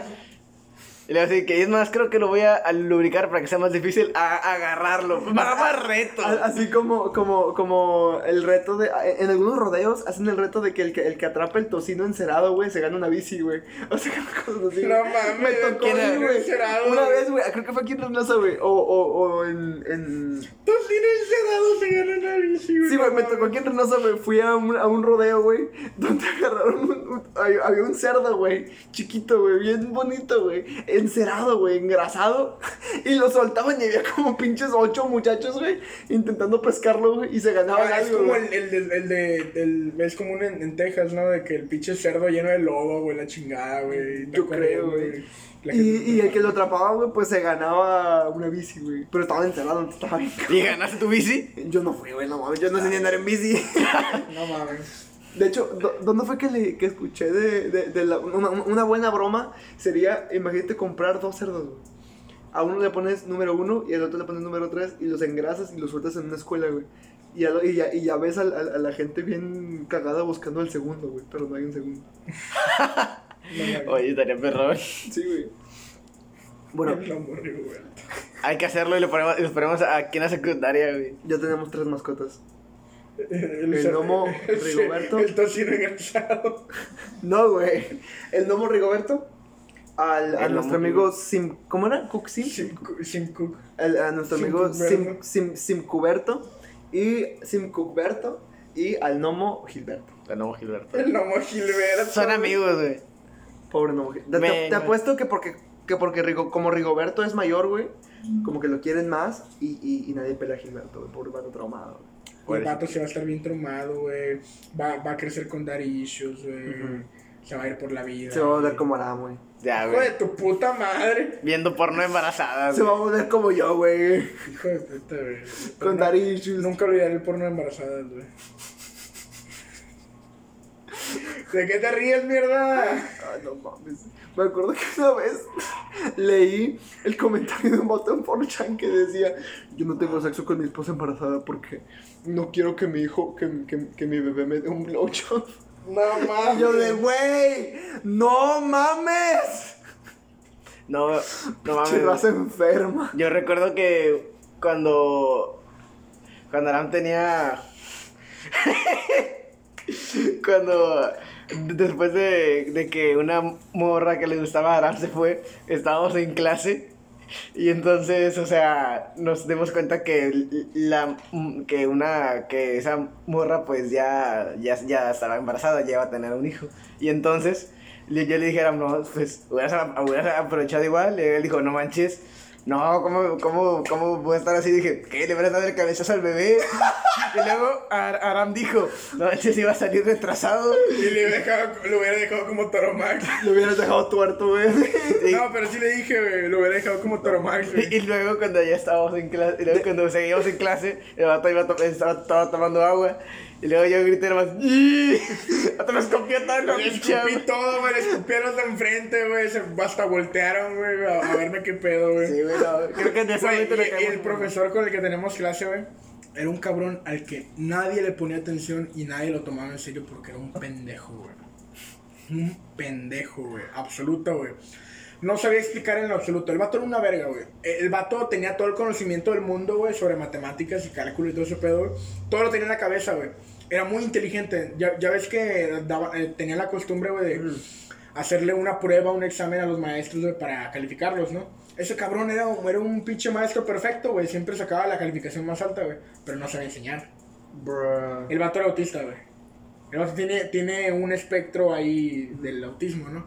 Y le voy a decir que es más, creo que lo voy a, a lubricar para que sea más difícil a- agarrarlo. Más, más reto. A- Así como, como, como el reto de. En algunos rodeos hacen el reto de que el que, el que atrapa el tocino encerado, güey, se gana una bici, güey. O sea, cosas así. No güey. mames, Me tocó ¿quién ahí, era? güey. Encerado, Una güey. vez, güey. Creo que fue aquí en Reynosa, güey. O, o, o en. en... Dos dinos cerrados se ganan la bici, güey. Ah, Sí, güey, No me mames. tocó aquí en Reynosa, güey. Fui a un, a un rodeo, güey, donde agarraron un, un- hay- Había un cerdo, güey, chiquito, güey, bien bonito, güey. Encerado, güey, engrasado. Y lo soltaban y había como pinches ocho muchachos, güey, intentando pescarlo, güey, y se ganaban Ah, es algo, como güey. el, el, de- el de. el- es común en, en Texas, ¿no? De que el pinche cerdo lleno de lodo, güey, la chingada, güey. Está Yo creo, corriendo, güey. La gente- Y, y el que lo atrapaba, güey, pues se ganaba una bici, güey. Pero estaba encerrado, entonces estaba bien. ¿Y ganaste tu bici? cabrón. Yo no fui, güey, no mames, yo no sé ni andar en bici. No mames. De hecho, ¿dó- ¿dónde fue que, le, que escuché de, de- de la- una, una buena broma? Sería, imagínate comprar dos cerdos, güey. A uno le pones número uno y al otro le pones número tres y los engrasas y los sueltas en una escuela, güey. Y ya, lo- y ya, y ya ves al- al- a, la gente bien cagada buscando el segundo, güey. Pero no hay un segundo. No mames. Oye, estaría perrón. Sí, güey. Bueno, Lo aburrido, güey. Hay que hacerlo y lo ponemos, y lo ponemos aquí en la secundaria, güey. ya tenemos tres mascotas. El, El cer- gnomo el- Rigoberto. El tocino engrasado. No, güey. El gnomo Rigoberto. Al, a El nuestro gnomo amigo Sim... ¿Cómo era? ¿Cook Sim? Sim Cook- Sim Cook. al- a nuestro amigo Sim, Simcuberto. Sim, Simcuberto y Simcuberto y al gnomo Gilberto. La no, Gilberto. El gnomo Gilberto. Son amigos, güey. Pobre gnomo Gilberto. Te- Te, Bueno. apuesto que porque, que porque Rigo- como Rigoberto es mayor, güey, como que lo quieren más y, y, y nadie pelea a Gilberto, güey, pobre vato traumado. güey. El vato se va a estar bien traumado, güey. Va, va a crecer con dar issues, güey. Ujú. Se va a ir por la vida. Se va a volver güey. como Aram, güey. Ya, Hijo de güey. tu puta madre. Viendo porno embarazada, Se güey. va a volver como yo, güey. Hijo de puta, güey. Con Nunca- dar issues. Nunca olvidaré el porno de embarazadas, güey. ¿De qué te ríes, mierda? Ah, no mames. Me acuerdo que una vez leí el comentario de un vato en 4chan que decía: Yo no tengo sexo con mi esposa embarazada porque no quiero que mi hijo, que, que, que mi bebé me dé un blowjob. No Y mames. Yo de güey, no mames. No, no mames. güey. Chirras enferma. Yo recuerdo que cuando. Cuando Aram tenía. cuando. Después de, de que una morra que le gustaba a Aram se fue, estábamos en clase. Y entonces, o sea, nos dimos cuenta que la mm, que una que esa morra pues ya ya, ya estaba embarazada, ya iba a tener un hijo. Y entonces le- yo le dije, a Aram, no, pues hubieras, a- hubieras aprovechado igual. Y él dijo, no manches. No, ¿cómo, cómo, ¿cómo puedo estar así? Dije, ¿qué? ¿Le van a dar el cabezazo al bebé? Y luego Ar- Aram dijo, no manches, iba a salir retrasado. Y le hubiera dejado, lo hubiera dejado como Toro Max. Lo hubieras dejado tuerto, güey. Y- No, pero sí le dije, güey. Lo hubiera dejado como Toro Max, güey. Y, y luego cuando ya estábamos en clase, y luego cuando seguíamos en clase, el vato iba to- estaba, estaba tomando agua. Y luego yo grité nomás, ¡Y! Hasta me escupió todo Le el pinche agua. escupí todo, güey. Le escupí a los de enfrente, güey. Se hasta voltearon, güey, a, a verme qué pedo, güey. Sí, güey, no, creo que en ese Güey, momento y- nos y caímos el mal. profesor con el que tenemos clase, güey, era un cabrón al que nadie le ponía atención y nadie lo tomaba en serio porque era un pendejo, güey. Un pendejo, güey. Absoluto, güey. no sabía explicar en lo absoluto. El vato era una verga, güey. E, El vato tenía todo el conocimiento del mundo, güey, sobre matemáticas y cálculo y todo ese pedo, güey. Todo lo tenía en la cabeza, güey. Era muy inteligente. Ya, ya ves que daba- eh, tenía la costumbre, güey, Mm. de hacerle una prueba, un examen a los maestros, güey, para calificarlos, ¿no? Ese cabrón era, un- era un pinche maestro perfecto, güey. Siempre sacaba la calificación más alta, güey. Pero no sabía enseñar. Bruh. El vato era autista, güey. El vato tiene, tiene un espectro ahí del autismo, ¿no?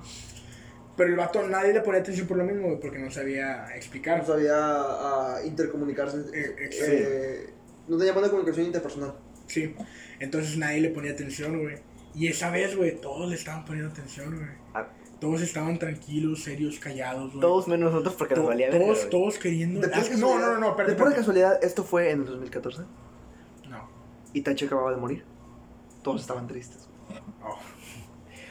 Pero el vato nadie le ponía atención por lo mismo, güey, porque no sabía explicar. No sabía ah, intercomunicarse. Eh, eh, eh, no tenía buena comunicación interpersonal. Sí. Entonces nadie le ponía atención, güey. Y esa vez, güey, todos le estaban poniendo atención, güey. Ah. Todos estaban tranquilos, serios, callados, güey. Todos menos nosotros porque nos To- valía verga, todos, güey. todos queriendo. De pura Ah, no, no, no, no, casualidad- perdón. De pura perdón. casualidad, esto fue en el 2014 No. y Tacho acababa de morir. Todos estaban tristes. Oh.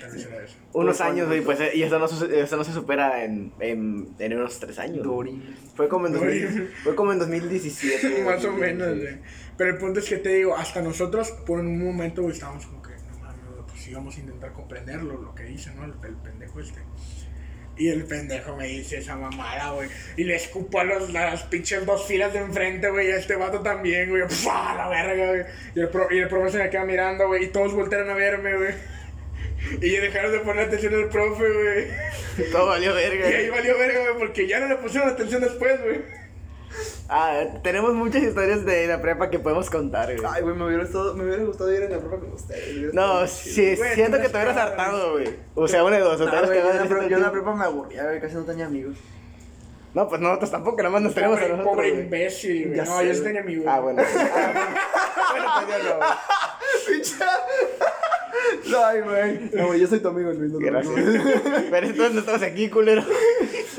Tal vez era eso. Unos Todos años, fueron- güey, pues, eh, y eso no, su- eso no se supera en, en, en unos tres años. güey. Dory. Fue como en, 2000 Güey. fue como en 2017. güey, Más o 2016. menos, güey. Pero el punto es que te digo, hasta nosotros por un momento güey, estábamos como que, no mames, güey, pues íbamos a intentar comprenderlo, lo que dice, ¿no? El, el pendejo este. Y el pendejo me dice esa mamada, güey. Y le escupo a los, a las pinches dos filas de enfrente, güey. Y a este vato también, güey. ¡Pfa! La verga, güey. Y el, pro, y el profe se me queda mirando, güey. Y todos voltearon a verme, güey. Y dejaron de poner atención al profe, güey. Todo valió Y verga. ahí valió verga, güey. Porque ya no le pusieron atención después, güey. Ah, tenemos muchas historias de la prepa que podemos contar, güey. Ay, güey, me hubiera, estado- me hubiera gustado ir en la prueba con ustedes. hubiera No, estado chido. sí, Güey, siento tú que te eres hubieras cabrón. hartado, güey. O sea, una de dos. o No, te Ah, hubieras güey, yo cagado en la de pre- risa yo en la tú. prepa me aburría, güey, casi no tenía amigos. No, pues nosotros tampoco, nada más nos tenemos a Pobre, nosotros. pobre güey. imbécil, güey. Ya No, sé, yo sí güey. tenía amigos. Ah, güey. bueno. bueno, pues yo no, güey. Ay, güey. No, güey, yo soy tu amigo, Luis. no te preocupes. Gracias. Pero entonces no estamos aquí, culero.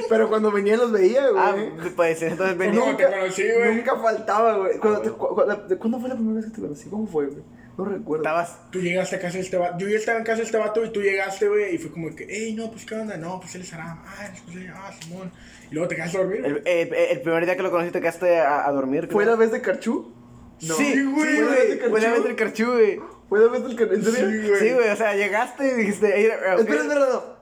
Pero cuando venían los veía, güey. Ah, pues entonces ven. No, te conocí, güey. Ah, Nunca faltaba, güey. Cuando te- güey. cu- cu- la- ¿Cuándo fue la primera vez que te conocí? ¿Cómo fue, güey? No recuerdo. Estabas. Tú llegaste a casa de este vato. Yo ya estaba en casa de este vato y tú llegaste, güey. Y fue como que, hey, no, pues qué onda. No, pues él es Aram. Ah, es José. Ah, Simón. Y luego te quedaste a dormir. El, eh, el primer día que lo conociste, quedaste a, a dormir. ¿Fue la creo. vez de Carchú? Sí, güey, güey. ¿Fue la vez de Fue la vez Carchú? del carchú, güey. ¿Fue la vez del Carchú? ¿En serio? Sí, güey. Sí, güey. O sea, llegaste y dijiste. "Ey, eh, ok". Espera, espera, no.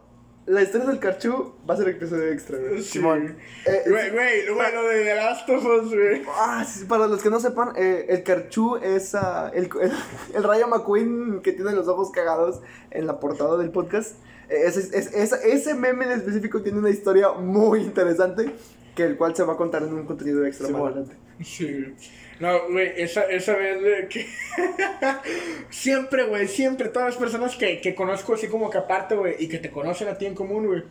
La historia del Carchú va a ser episodio extra, güey. Simón. Eh, Güey, güey, lo- güey, lo de The Last of Us, güey. Ah, sí, para los que no sepan, eh, el Carchú es ah, el, el, el Rayo McQueen que tiene los ojos cagados en la portada del podcast. Eh, Ese, es- ese- ese meme en específico tiene una historia muy interesante, que el cual se va a contar en un contenido extra más Simón. adelante. Sí, güey. No, güey, esa, esa vez, güey, que... siempre, güey, siempre, todas las personas que, que conozco así como que aparte, güey, y que te conocen a ti en común, güey,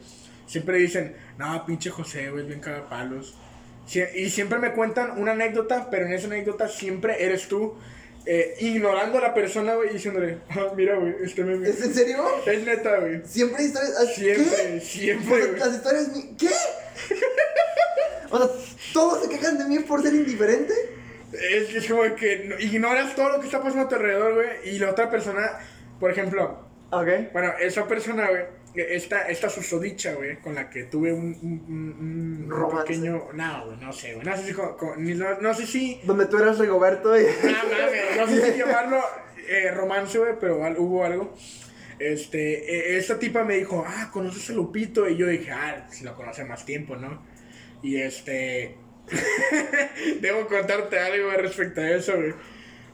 siempre dicen, no, pinche José, güey, es bien cagapalos. Sie- y siempre me cuentan una anécdota, pero en esa anécdota siempre eres tú eh, ignorando a la persona, güey, y diciéndole, ah, mira, güey, este meme. ¿Es Es, en serio? neta, güey. Siempre hay historias así. Siempre, ¿Qué? O siempre, sea, güey. las historias. mi- ¿Qué? O sea, todos se quejan de mí por ser indiferente. Es, que es como que no- ignoras todo lo que está pasando a tu alrededor, güey, y la otra persona, por ejemplo... Ok. Bueno, esa persona, güey, esta, esta susodicha, güey, con la que tuve un, un, un- un Romance. pequeño... No, güey, no sé, güey, no sé si... con- con- ni- no, no sé si... Donde tú eras Rigoberto y. No, mames, no sé si llamarlo eh, romance, güey, pero al- hubo algo. Este, eh, esta tipa me dijo, ah, ¿conoces a Lupito? Y yo dije, ah, si lo conoce más tiempo, ¿no? Y este... Debo contarte algo güey, respecto a eso, güey.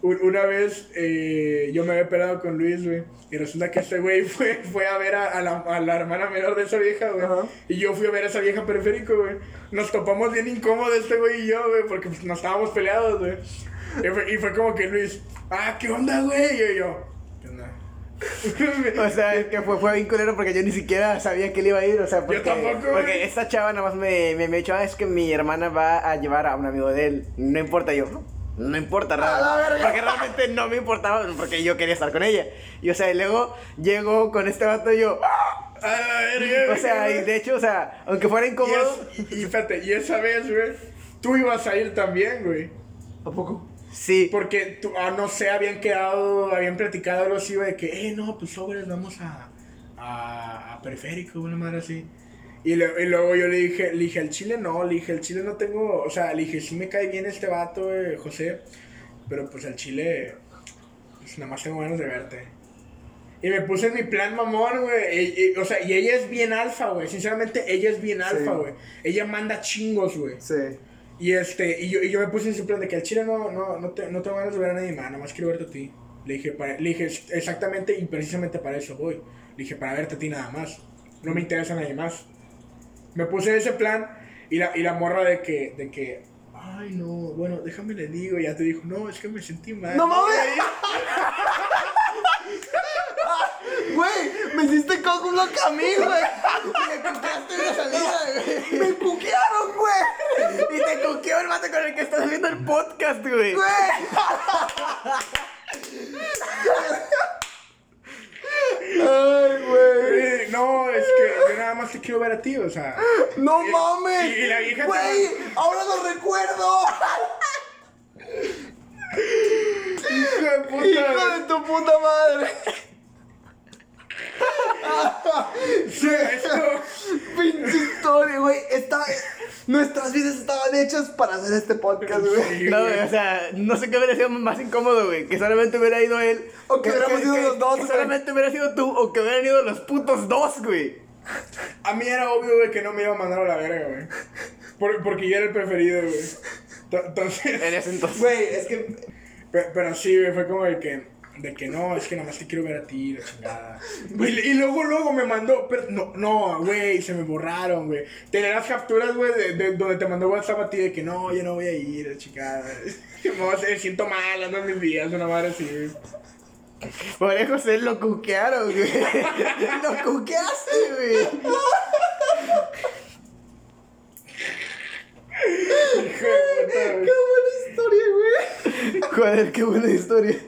Un- Una vez eh, yo me había peleado con Luis, güey. Y resulta que este güey fue, fue a ver a, a la, a la hermana menor de esa vieja, güey. Ajá. Y yo fui a ver a esa vieja en periférico, güey. Nos topamos bien incómodo este güey y yo, güey, porque pues, nos estábamos peleados, güey. Y fue, y fue como que Luis, ah, ¿qué onda, güey? Y yo, "Pues, ¿qué onda? O sea, es que fue, fue bien culero porque yo ni siquiera sabía que él iba a ir. O sea, porque, tampoco, güey. porque esta chava nada más me, me, me ha dicho, ah, es que mi hermana va a llevar a un amigo de él. No importa yo. No, no importa la nada. verga. Porque realmente no me importaba porque yo quería estar con ella. Y o sea, y luego llegó con este vato y yo. "Ah". A la verga, O güey. sea, y de hecho, o sea, aunque fuera Y incómodo. es- y, y fíjate, y esa vez, güey, tú ibas a ir también, güey. ¿A poco? Sí. Porque, tú, ah, no sé, habían quedado, habían platicado algo así, güey, de que, eh, no, pues sobres, vamos a, a, a Periférico, una madre así. Y, le- y luego yo le dije, le dije, al chile no, le dije, al chile no tengo, o sea, le dije, sí me cae bien este vato, güey, José, pero pues al chile, pues nada más tengo ganas de verte. Y me puse en mi plan mamón, güey. Y- y- O sea, y ella es bien alfa, güey. Sinceramente, ella es bien alfa, güey. Ella manda chingos, güey. Sí. Y este, y yo, y yo me puse en su plan de que al chile no, no, no, te, no tengo ganas de ver a nadie más, nomás quiero verte a ti. Le dije, para- le dije "Ex- exactamente y precisamente para eso voy. Le dije, para verte a ti nada más. No me interesa nadie más. Me puse en ese plan y la, y la morra de que, de que, ay no, bueno, déjame le digo. Y ya te dijo, no, es que me sentí mal. ¡No mames! Güey, me hiciste coco block a mí, güey. Me compraste una salida, güey. Me cuquearon, güey. Y te coqueó el vato con el que estás viendo el podcast, güey. Güey. Ay, güey. Eh, No, es que yo nada más te quiero ver a ti, o sea. No mames. y- y la vieja te- Güey, ahora lo recuerdo. Hijo de puta, Hijo de tu puta madre. sí, esto- Pinche historia, güey. Esta- Nuestras vidas estaban hechas para hacer este podcast, güey. Sí, No, güey, o sea, no sé qué hubiera sido más incómodo, güey. Que solamente hubiera ido él. O que hubiéramos ido los dos, que güey. solamente hubiera sido tú o que hubieran ido los putos dos, güey. A mí era obvio, güey, que no me iba a mandar a la verga, güey. Por- porque yo era el preferido, güey. To- Entonces. En ese entonces. Güey, es que pe- Pero sí, güey, fue como de que. De que no, es que nada más te quiero ver a ti, la chingada. Y, y luego, luego me mandó. Pero no, no, güey, se me borraron, güey. Tenía las capturas, güey, de, de donde te mandó WhatsApp a ti de que no, yo no voy a ir, la chingada. No, sé, siento mal, ando en mis días, una madre así, güey. Por ahí, José lo cuquearon, güey. lo cuqueaste, güey. Hijo de puta, Qué güey. buena historia, güey. Joder, qué buena historia.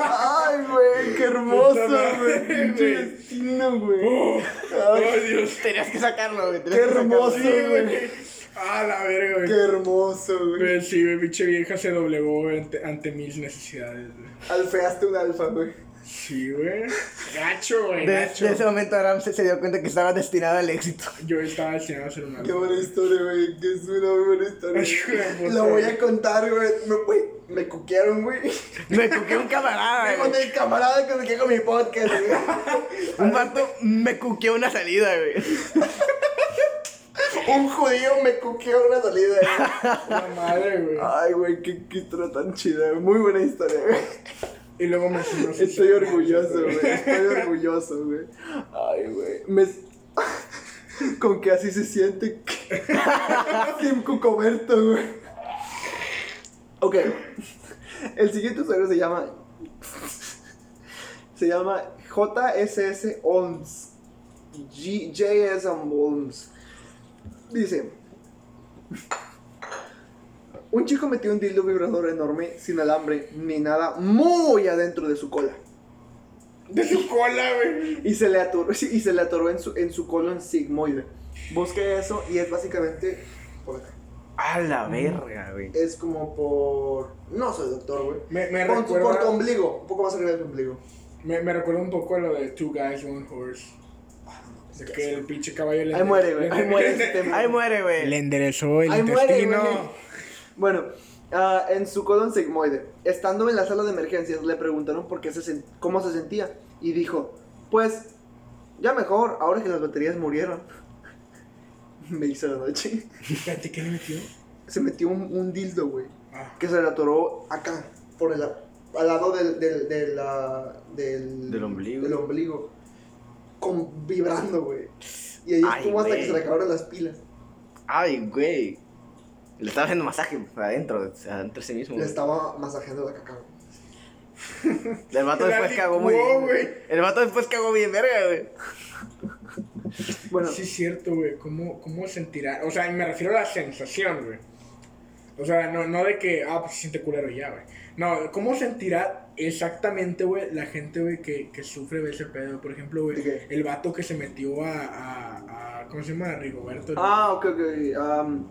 Ay, güey, qué hermoso, Puta madre, güey. Pinche güey. destino, güey. Oh, oh, Dios. Tenías que sacarlo, güey. Qué hermoso, Sí, güey. güey. Ah, la verga, güey. Qué hermoso, güey. Pero sí, güey, pinche vieja se doblegó güey, ante, ante mis necesidades, güey. Alfeaste un alfa, güey. Sí, güey. Gacho, güey, De, de gacho. ese momento Aram se, se dio cuenta que estaba destinado al éxito. Yo estaba destinado a ser un Qué alfa. buena historia, güey. Que es una muy buena historia. Hijo de puta, La voy a güey. contar, güey. Me, güey, me cuquearon, güey. Me cuqueó un camarada, Con güey. el camarada con el que hago mi podcast, güey. Un vato me cuqueó una salida, güey. Un judío me cuqueó una salida, güey. La madre, güey. Ay, güey, qué, qué historia tan chida. güey. Muy buena historia, güey. Y luego me hizo unos- Estoy orgulloso, güey. Estoy orgulloso, güey. Ay, güey. Me- Con que así se siente. Tim Cucoberto, güey. Ok. El siguiente usuario se llama. Se llama JSS Olms. G- JS Olms. Dice. Un chico metió un dildo vibrador enorme, sin alambre ni nada, muy adentro de su cola. De su cola, güey. Y se le atoró, sí, y se le atoró en, su, en su colon sigmoide. Busque eso y es básicamente por acá. A la verga, güey. Es como por. No soy doctor, güey. Me, me Por, tu- por tu recuerda. ombligo, un poco más arriba de tu ombligo. Me, me recuerda un poco a lo de Two Guys, One Horse. De que el pinche caballo le. Ahí muere, güey. le- Ahí muere ese tema. Ahí muere, Le güey. enderezó el Ahí muere, intestino. güey. Bueno, ah, en su colon sigmoide, estando en la sala de emergencias, le preguntaron por qué se sen- cómo se sentía. Y dijo, pues, ya mejor, ahora que las baterías murieron. Me hizo la noche. Fíjate, ¿qué le metió? Se metió un, un dildo, güey. Ah. Que se le atoró acá, por el, a- al lado del, del, de la- del, Del ombligo. del ombligo. Con, vibrando, güey. Y ahí Ay, estuvo hasta que güey. se le acabaron las pilas. Ay, güey. Le estaba haciendo masaje adentro, adentro de sí mismo. Le güey. estaba masajeando la caca, güey. El vato La después cagó licuó, muy bien. güey. güey. El vato después cagó bien, verga, güey. Bueno, Sí, es cierto, güey. ¿Cómo, ¿Cómo sentirá? O sea, y me refiero a la sensación, güey. O sea, no, no de que, ah, pues se siente culero ya, güey. No, ¿cómo sentirá exactamente, güey, la gente, güey, que, que sufre de ese pedo? Por ejemplo, güey, ¿De qué? el vato que se metió a, a, a- ¿cómo se llama? A Rigoberto. Ah, ok, ok. am,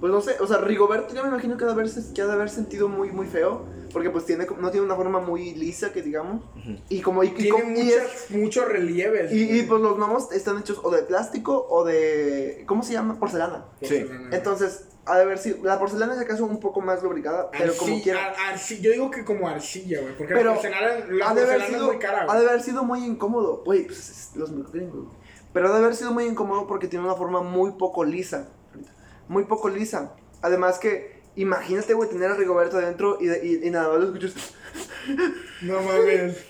Pues no sé, o sea, Rigoberto yo me imagino que ha de haber, que ha de haber sentido muy, muy feo. Porque pues tiene, no tiene una forma muy lisa, que digamos. Y como... Y, y Tiene como- y muchas- es- muchos relieves. y- y, pues los gnomos están hechos o de plástico o de... ¿Cómo se llama? Porcelana. Sí. Entonces, ha de haber sido... La porcelana es acaso un poco más Ah, lubricada, pero como quiera... arcilla, yo digo que como arcilla, güey. Porque Pero la porcelana, la Ha de, haber porcelana es sido, muy cara, ha de güey. haber sido muy incómodo. Güey, pues es- los gringos. güey. Pero ha de haber sido muy incómodo porque tiene una forma muy poco lisa. Muy poco lisa. Además que, imagínate, güey, tener a Rigoberto adentro y, de- y, y nada más lo escuchas. No mames.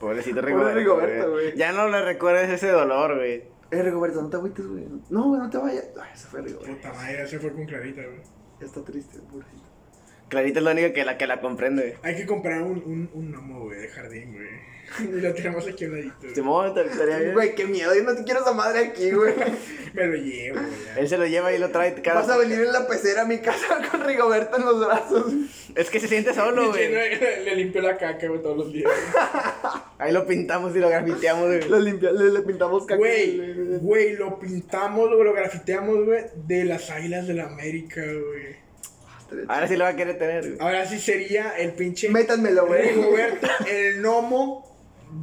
Pobrecito Pobre Rigoberto. Rigoberto, güey. güey. Ya no le recuerdes ese dolor, güey. Eh, Rigoberto, no te agüites, güey. No, güey, no te vayas. Ay, se fue Rigoberto. Puta madre, se fue con Clarita, güey. Ya Está triste, pobrecito. Clarita es la única que la, que la comprende. Hay que comprar un, un, un gnomo, güey, de jardín, güey. Y lo tenemos aquí a un ladito. güey. Simón, te Este estaría bien. Güey, qué miedo. Yo no te quiero esa madre aquí, güey. Me lo llevo, güey. ya. Él se lo lleva y lo trae cada... Vas a venir en la pecera a mi casa con Rigoberto en los brazos. Es que se siente solo, Y güey. Le, le limpio la caca, güey, todos los días. Ahí lo pintamos y lo grafiteamos, Lo güey. limpia, le, le pintamos caca. Güey, güey, lo pintamos, güey, lo grafiteamos, güey, de las águilas de la América, güey. Ahora sí lo va a querer tener, Ah, güey. Ahora sí sería el pinche. Métanmelo, güey. Rigoberto, el gnomo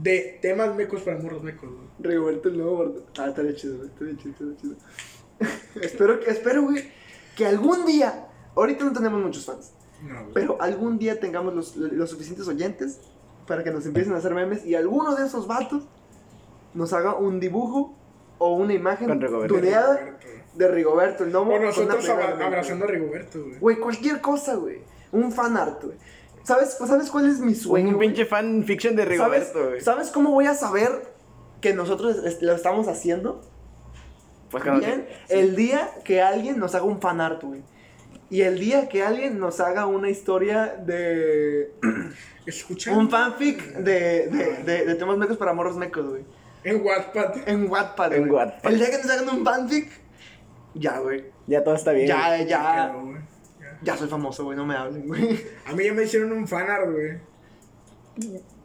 de temas mecos para morros mecos, güey. Rigoberto el nuevo Bardo- Ah, estaría chido, güey, estaría chido, estaría chido. espero que, espero, güey, que algún día, ahorita no tenemos muchos fans, No, güey. pero algún día tengamos los, los suficientes oyentes para que nos empiecen a hacer memes y alguno de esos vatos nos haga un dibujo o una imagen Con Rigoberto. tuneada de Rigoberto el Nomo. O nosotros abra- abrazando a Rigoberto, güey. Güey, cualquier cosa, güey. Un fan art, güey. ¿Sabes, ¿Sabes cuál es mi sueño? Un güey? pinche fanfiction de ¿Sabes, Rigoberto, güey. ¿Sabes cómo voy a saber que nosotros est- lo estamos haciendo? Pues cuando Bien, el día que alguien nos haga un fanart, güey. Y el día que alguien nos haga una historia de. Escucha. Un fanfic de, de, de- de temas mecos para morros mecos, güey. En Wattpad. En Wattpad. En güey. Wattpad. El día que nos hagan un fanfic, ya, güey. Ya todo está bien. Ya, ya. Pero, güey, ya. Ya soy famoso, güey. No me hablen, güey. A mí ya me hicieron un fanart, güey.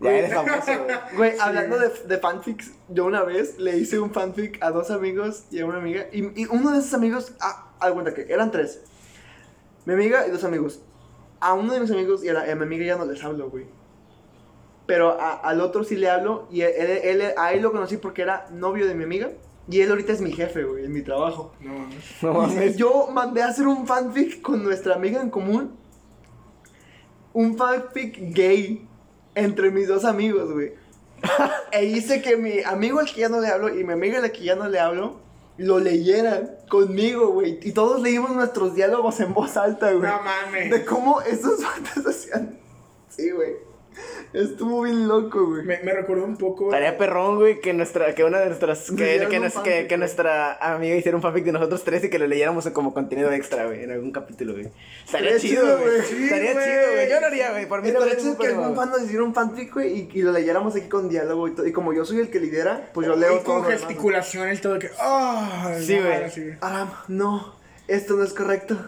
Ya eres famoso, güey. Güey, hablando de, de fanfics, yo una vez le hice un fanfic a dos amigos y a una amiga. Y, y uno de esos amigos, ah, haz cuenta que eran tres: mi amiga y dos amigos. A uno de mis amigos y a, la- y a mi amiga ya no les hablo, güey. Pero a- al otro sí le hablo y él, él- él- a él lo conocí porque era novio de mi amiga. Y él ahorita es mi jefe, güey, en mi trabajo. No mames. No mames. Yo mandé a hacer un fanfic con nuestra amiga en común. Un fanfic gay entre mis dos amigos, güey. e hice que mi amigo al que ya no le hablo y mi amiga a la que ya no le hablo lo leyeran conmigo, güey. Y todos leímos nuestros diálogos en voz alta, güey. No mames. de cómo esos fantas hacían. Sí, güey. Estuvo bien loco, güey. Me, me recordó un poco. Estaría perrón, güey, que nuestra, que una de nuestras, que, Hicieron Pues, que, un nos- que- fanfic, que güey. nuestra amiga hiciera un fanfic de nosotros tres y que lo leyéramos como contenido extra, güey, en algún capítulo, güey. Estaría Estaría chido, chido, güey. güey. Sí, Estaría güey. chido, güey. Yo lo haría, güey. Por mí Estaría no chido tengo que problema, algún güey. fan nos hiciera un fanfic, güey, y, y lo leyéramos aquí con diálogo y todo. Y como yo soy el que lidera, pues yo leo y con todo, hermano. gesticulaciones y todo que. ah Sí, no, güey. ahora sí. Aram, no, esto no es correcto.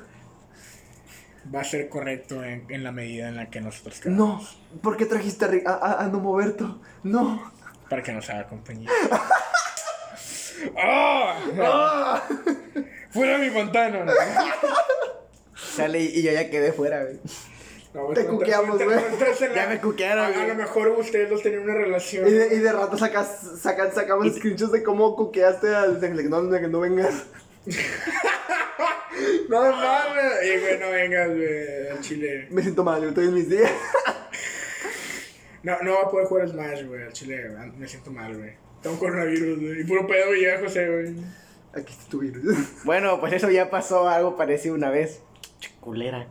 Va a ser correcto en, en la medida en la que nosotros No, queramos, ¿por qué trajiste a, Ri- a, a, a Nomoberto? No. Para que nos haga compañía. ¡Ah! ¡Ah! ¡Fuera mi pantano! No, Sale y y yo ya quedé fuera, güey. güey, Te contra- cuqueamos, contra- güey. contra- contra- Ya me cuquearon, a- A, güey. lo mejor ustedes dos tenían una relación. Y de, y de rato sacas, sacan, sacamos screenshots de cómo cuqueaste al de que no, de que no vengas. No mames. Y güey, no vengas, güey, al chile. Me siento mal, yo estoy en mis días. No, no va a poder jugar Smash, güey, al chile. güey, Me siento mal, güey. Tengo coronavirus, güey. Y puro pedo llega José, güey. Aquí está tu virus. Bueno, pues eso ya pasó algo parecido una vez. Chiculera.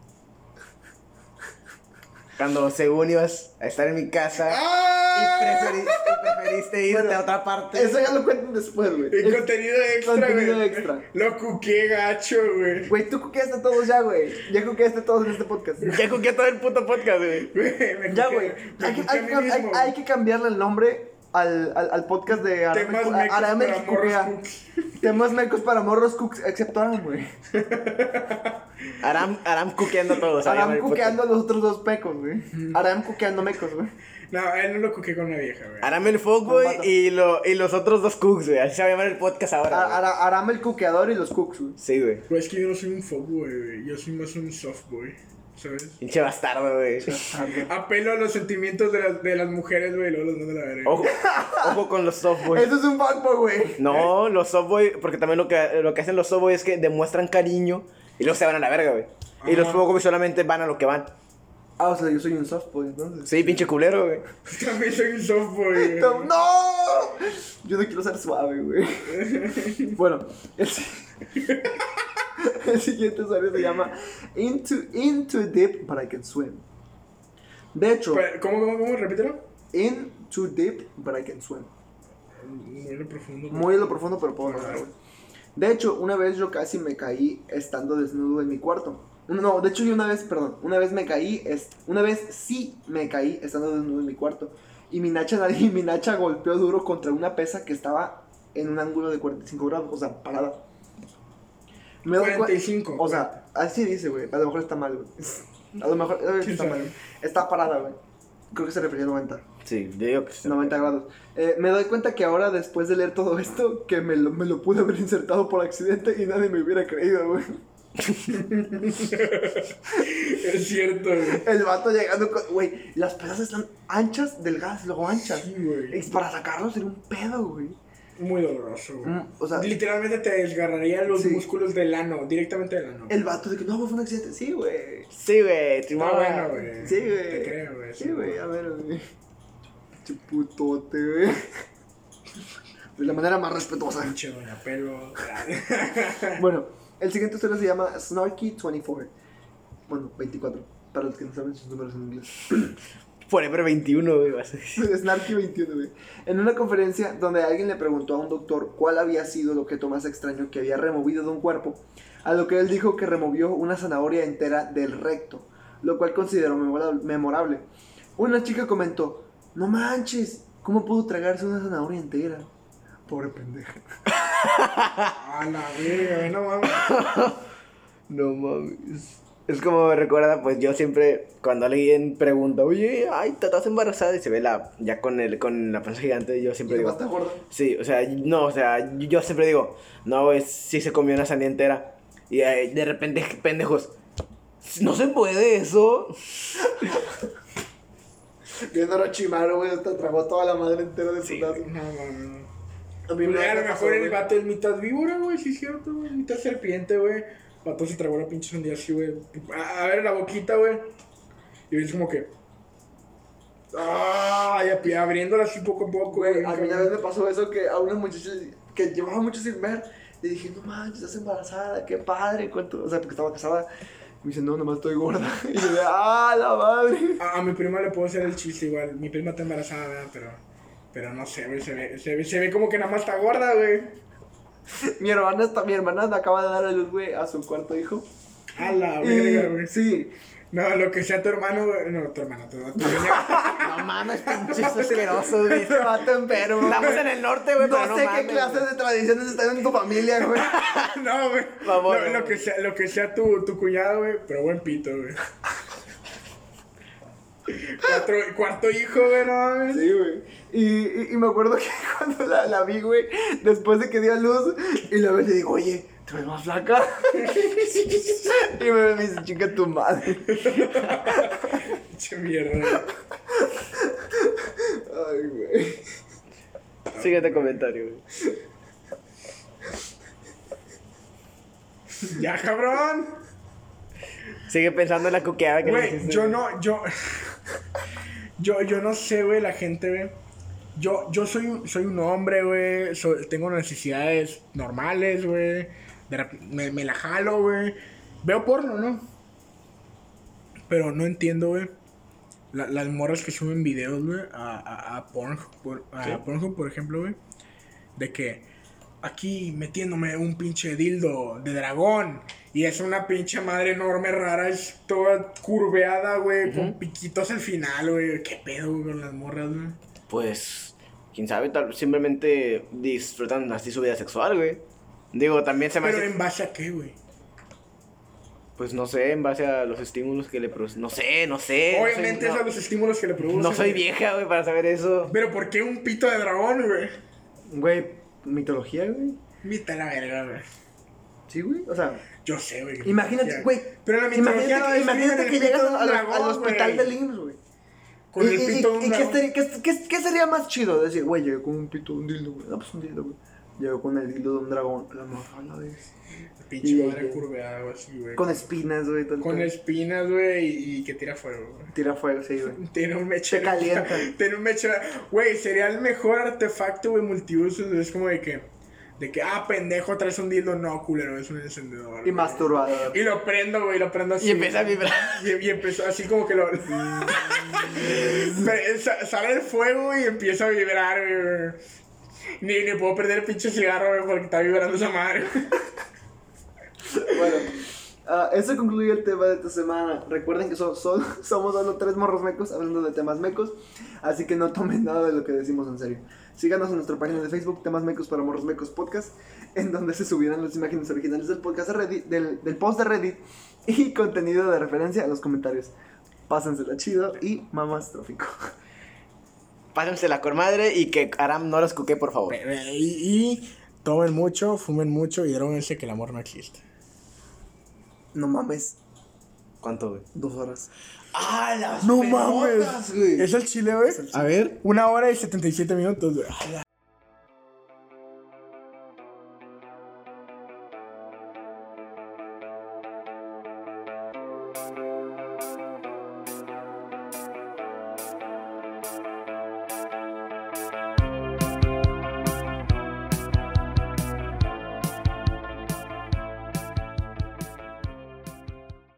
Cuando según ibas a estar en mi casa y, ¡Ah! preferi- y preferiste irte Bueno, a otra parte. Eso ya lo cuentan después, güey. Y Es- contenido extra, güey. contenido extra. Lo cuqué gacho, güey. Güey, tú cuqueaste a todos ya, güey. Ya cuqueaste a todos en este podcast. Ya cuqué todo el puto podcast, güey. Güey, me Ya, cuqué- güey. me Hay, que- cuqué a hay mí que- hay- mismo, hay que cambiarle el nombre al, al, al podcast de Arame- Temas mecos Arame para Cucurrea. morros Temas mecos para morros cooks, excepto Aram, güey. Aram, Aram cuqueando a todos. ahí va Aram el cuqueando a los otros dos pecos, güey. Aram cuqueando mecos, güey. No, a él no lo cuqué con una vieja, güey. podcast. Aram el Los fuckboy vatos. y, lo, y los otros dos cooks, güey. Así se va a llamar el podcast ahora. Ah, Ar- güey. Ara- Aram el cuqueador y los cooks, güey. Sí, güey. Güey, es que yo no soy un fuckboy, güey. Yo soy más un softboy, ¿sabes? Pinche bastardo, güey. Apelo a los sentimientos de, las de las mujeres, güey, y luego los mando a la verga. Ojo, ojo con los softboys. Eso es un fanboy, güey. No, los softboys, porque también lo que, lo que hacen los softboys es que demuestran cariño y luego se van a la verga, güey. Y los Ajá. fuckboys solamente van a lo que van. Ah, o sea, yo soy un softboy, entonces. Sí, pinche culero, güey. También soy un softboy, güey. ¡No! Yo no quiero ser suave, güey. Bueno, el, si- el siguiente usuario se llama Into, into Deep But I Can Swim. De hecho, Pa- ¿Cómo, cómo, cómo? Repítelo. In Too Deep But I Can Swim. Muy lo profundo. güey. Muy en lo profundo, pero puedo nadar, güey. De hecho, una vez yo casi me caí estando desnudo en mi cuarto. No, de hecho yo una vez, perdón, una vez me caí, es, una vez sí me caí estando desnudo en mi cuarto. Y mi nacha, y mi nacha golpeó duro contra una pesa que estaba en un ángulo de 45 grados, o sea, parada. Me doy cua- 45, O sea, así dice, güey. A lo mejor está mal, güey. A lo mejor eh, ¿Quién está sabe? mal. Está parada, güey. Creo que se refería a 90. Sí, yo digo que sí. 90 grados. Eh, me doy cuenta que ahora, después de leer todo esto, que me lo, me lo pude haber insertado por accidente y nadie me hubiera creído, güey. Es cierto, güey. El vato llegando con... Güey, las pesas están anchas, delgadas, y luego anchas. Sí, güey. Y para sacarlos sería un pedo, güey. Muy doloroso, güey. Mm, o sea- Literalmente te desgarraría los Sí. músculos del ano, directamente del ano. El vato de que no, güey, fue un accidente. Sí, güey. Sí, güey. Está Chihuahua. bueno, güey. Ah, Sí, güey. Te creo, güey. Sí, güey, a ver, güey. Chuputote, güey. De la manera más respetuosa. Pinche doña pelo. Bueno, el siguiente usuario se llama Snarky24. Bueno, 24. Para los que no saben sus números en inglés. Forever 21, güey. vas a decir. Snarky 21, güey. En una conferencia donde alguien le preguntó a un doctor cuál había sido el objeto más extraño que había removido de un cuerpo, a lo que él dijo que removió una zanahoria entera del recto, lo cual consideró memora- memorable. Una chica comentó, no manches, ¿cómo pudo tragarse una zanahoria entera? Pobre pendejo. A la verga, güey, no mames. No mames. Es como me recuerda, pues yo siempre, cuando alguien pregunta, oye, ay, te estás embarazada y se ve la, ya con el, con la panza gigante, yo siempre digo, Basta, gordo. sí, o sea, no, o sea, yo siempre digo, no, es si se comió una sandía entera. Y eh, de repente, pendejos, no se puede eso. Viendo a Orochimaru, güey, te tragó toda la madre entera de Sí, putazo. No mames. A mí me Güey, A lo pasó, mejor el güey. vato es mitad víbora, güey, sí es cierto, güey. Mitad serpiente, güey. Vato se tragó la pinche sandía así, güey. A, a ver la boquita, güey. Y es como que. ¡Ah! Y api- abriéndola así poco a poco, Güey, güey. a mí una vez me pasó eso que a una muchacha que llevaba mucho sin ver, le dije, no manches, estás embarazada, qué padre, cuánto, o sea, porque estaba casada. Me dice, no, nomás estoy gorda. Y yo, ah, la madre. A, a mi prima le puedo hacer el chiste igual. Mi prima está embarazada, ¿verdad? Pero. Pero no sé, güey. Se ve, se, ve, se ve como que nada más está gorda, güey. Mi hermana está, mi hermana le acaba de dar a luz, güey, a su cuarto hijo. A la verga, Y, güey. sí, No, lo que sea tu hermano, güey. No, tu hermana, tu, tu doña. No mames, pinches asqueroso, güey. se mata enfermo. Estamos en el norte, güey, pero No no sé qué mames, clases de tradiciones están en tu familia, güey. No, güey. Vamos, Lo, lo que sea, lo que sea tu, tu cuñado, güey. Pero buen pito, güey. Cuatro, cuarto hijo, güey, no mames. Sí, güey. Y, y, y me acuerdo que cuando la, la vi, güey, después de que dio a luz, y la vez le digo, oye, ¿te ves más flaca? y me dice, chica, tu madre. Che mierda. güey. Ay, güey. güey. Siguiente comentario, güey. Ya, cabrón. Sigue pensando en la cuqueada que le Güey, hiciste. yo no, yo. Yo, yo no sé, güey, la gente, güey. Yo, yo soy, un- soy un hombre, güey. soy- Tengo necesidades normales, güey. de rep- Me, me la jalo, güey. Veo porno, ¿no? Pero no entiendo, güey. la- las morras que suben videos, güey, a, a, a Pornhub, por, a Sí. Pornhub, por ejemplo, güey. De que aquí metiéndome un pinche dildo de dragón. Y es una pinche madre enorme, rara, es toda curveada, güey, con piquitos al final, güey. ¿Qué pedo güey, con las morras, güey? Pues quién sabe, tal vez simplemente disfrutan así su vida sexual, güey. Digo, también se me Pero hace- en base a qué, güey. Pues no sé, en base a los estímulos que le producen. No sé, no Eh, sé. no soy- Obviamente no, es a los estímulos que le producen. no soy güey. vieja, güey, para saber eso. Pero ¿por qué un pito de dragón, güey? Güey, mitología, güey. Mita la verga, güey. Sí, güey. O sea, Yo sé, güey. que imagínate, mitología. güey. Pero la mitología no Imagínate, es imagínate en el que pito llegas de un al, al dragón, hospital güey. del IMSS, güey. Con ¿Y- el y- pito de y- un ¿Y qué dragón. estaría- qué, qué- qué sería más chido? Decir, güey, llegué con un pito de un dildo, güey. No, pues un dildo, güey. Llegué con el dildo de un dragón. A La morra, a la vez. Pinche Y- madre curveada, güey, así, güey. Con Con, espinas, güey. tal, tal. espinas, güey, y, y que tira fuego, güey. Tira fuego, sí, güey. Tiene un mechero. Te calienta. Tiene un mechero. Güey, sería el mejor artefacto, güey, multiuso. güey. Es como de que. De que, ah, pendejo, traes un dildo. No, culero, es un encendedor. Y güey. masturbador. Y lo prendo, güey, lo prendo así. Y empieza a vibrar. Y, y empezó así como que lo. Pero sa- sale el fuego y empieza a vibrar, güey. Ni, ni puedo perder el pinche cigarro, güey, porque está vibrando esa madre. Bueno, ah, eso concluye el tema de esta semana. Recuerden que so- so- somos solo tres morros mecos hablando de temas mecos, así que no tomen nada de lo que decimos en serio. Síganos en nuestra página de Facebook, Temas Mecos para Morros Mecos Podcast, en donde se subirán las imágenes originales del podcast de Reddit- del, del post de Reddit y contenido de referencia a los comentarios. Pásensela chido y mamás trófico. Pásense la cormadre y que Aram no los cuque, por favor. Y, tomen mucho, fumen mucho y dróguense que el amor no existe. No mames, ¿Cuánto, güey? dos horas. ¡Ah, las ¡No pelotas, mames! güey! Es el chile, güey. A ver. Una hora y 77 minutos, güey. A la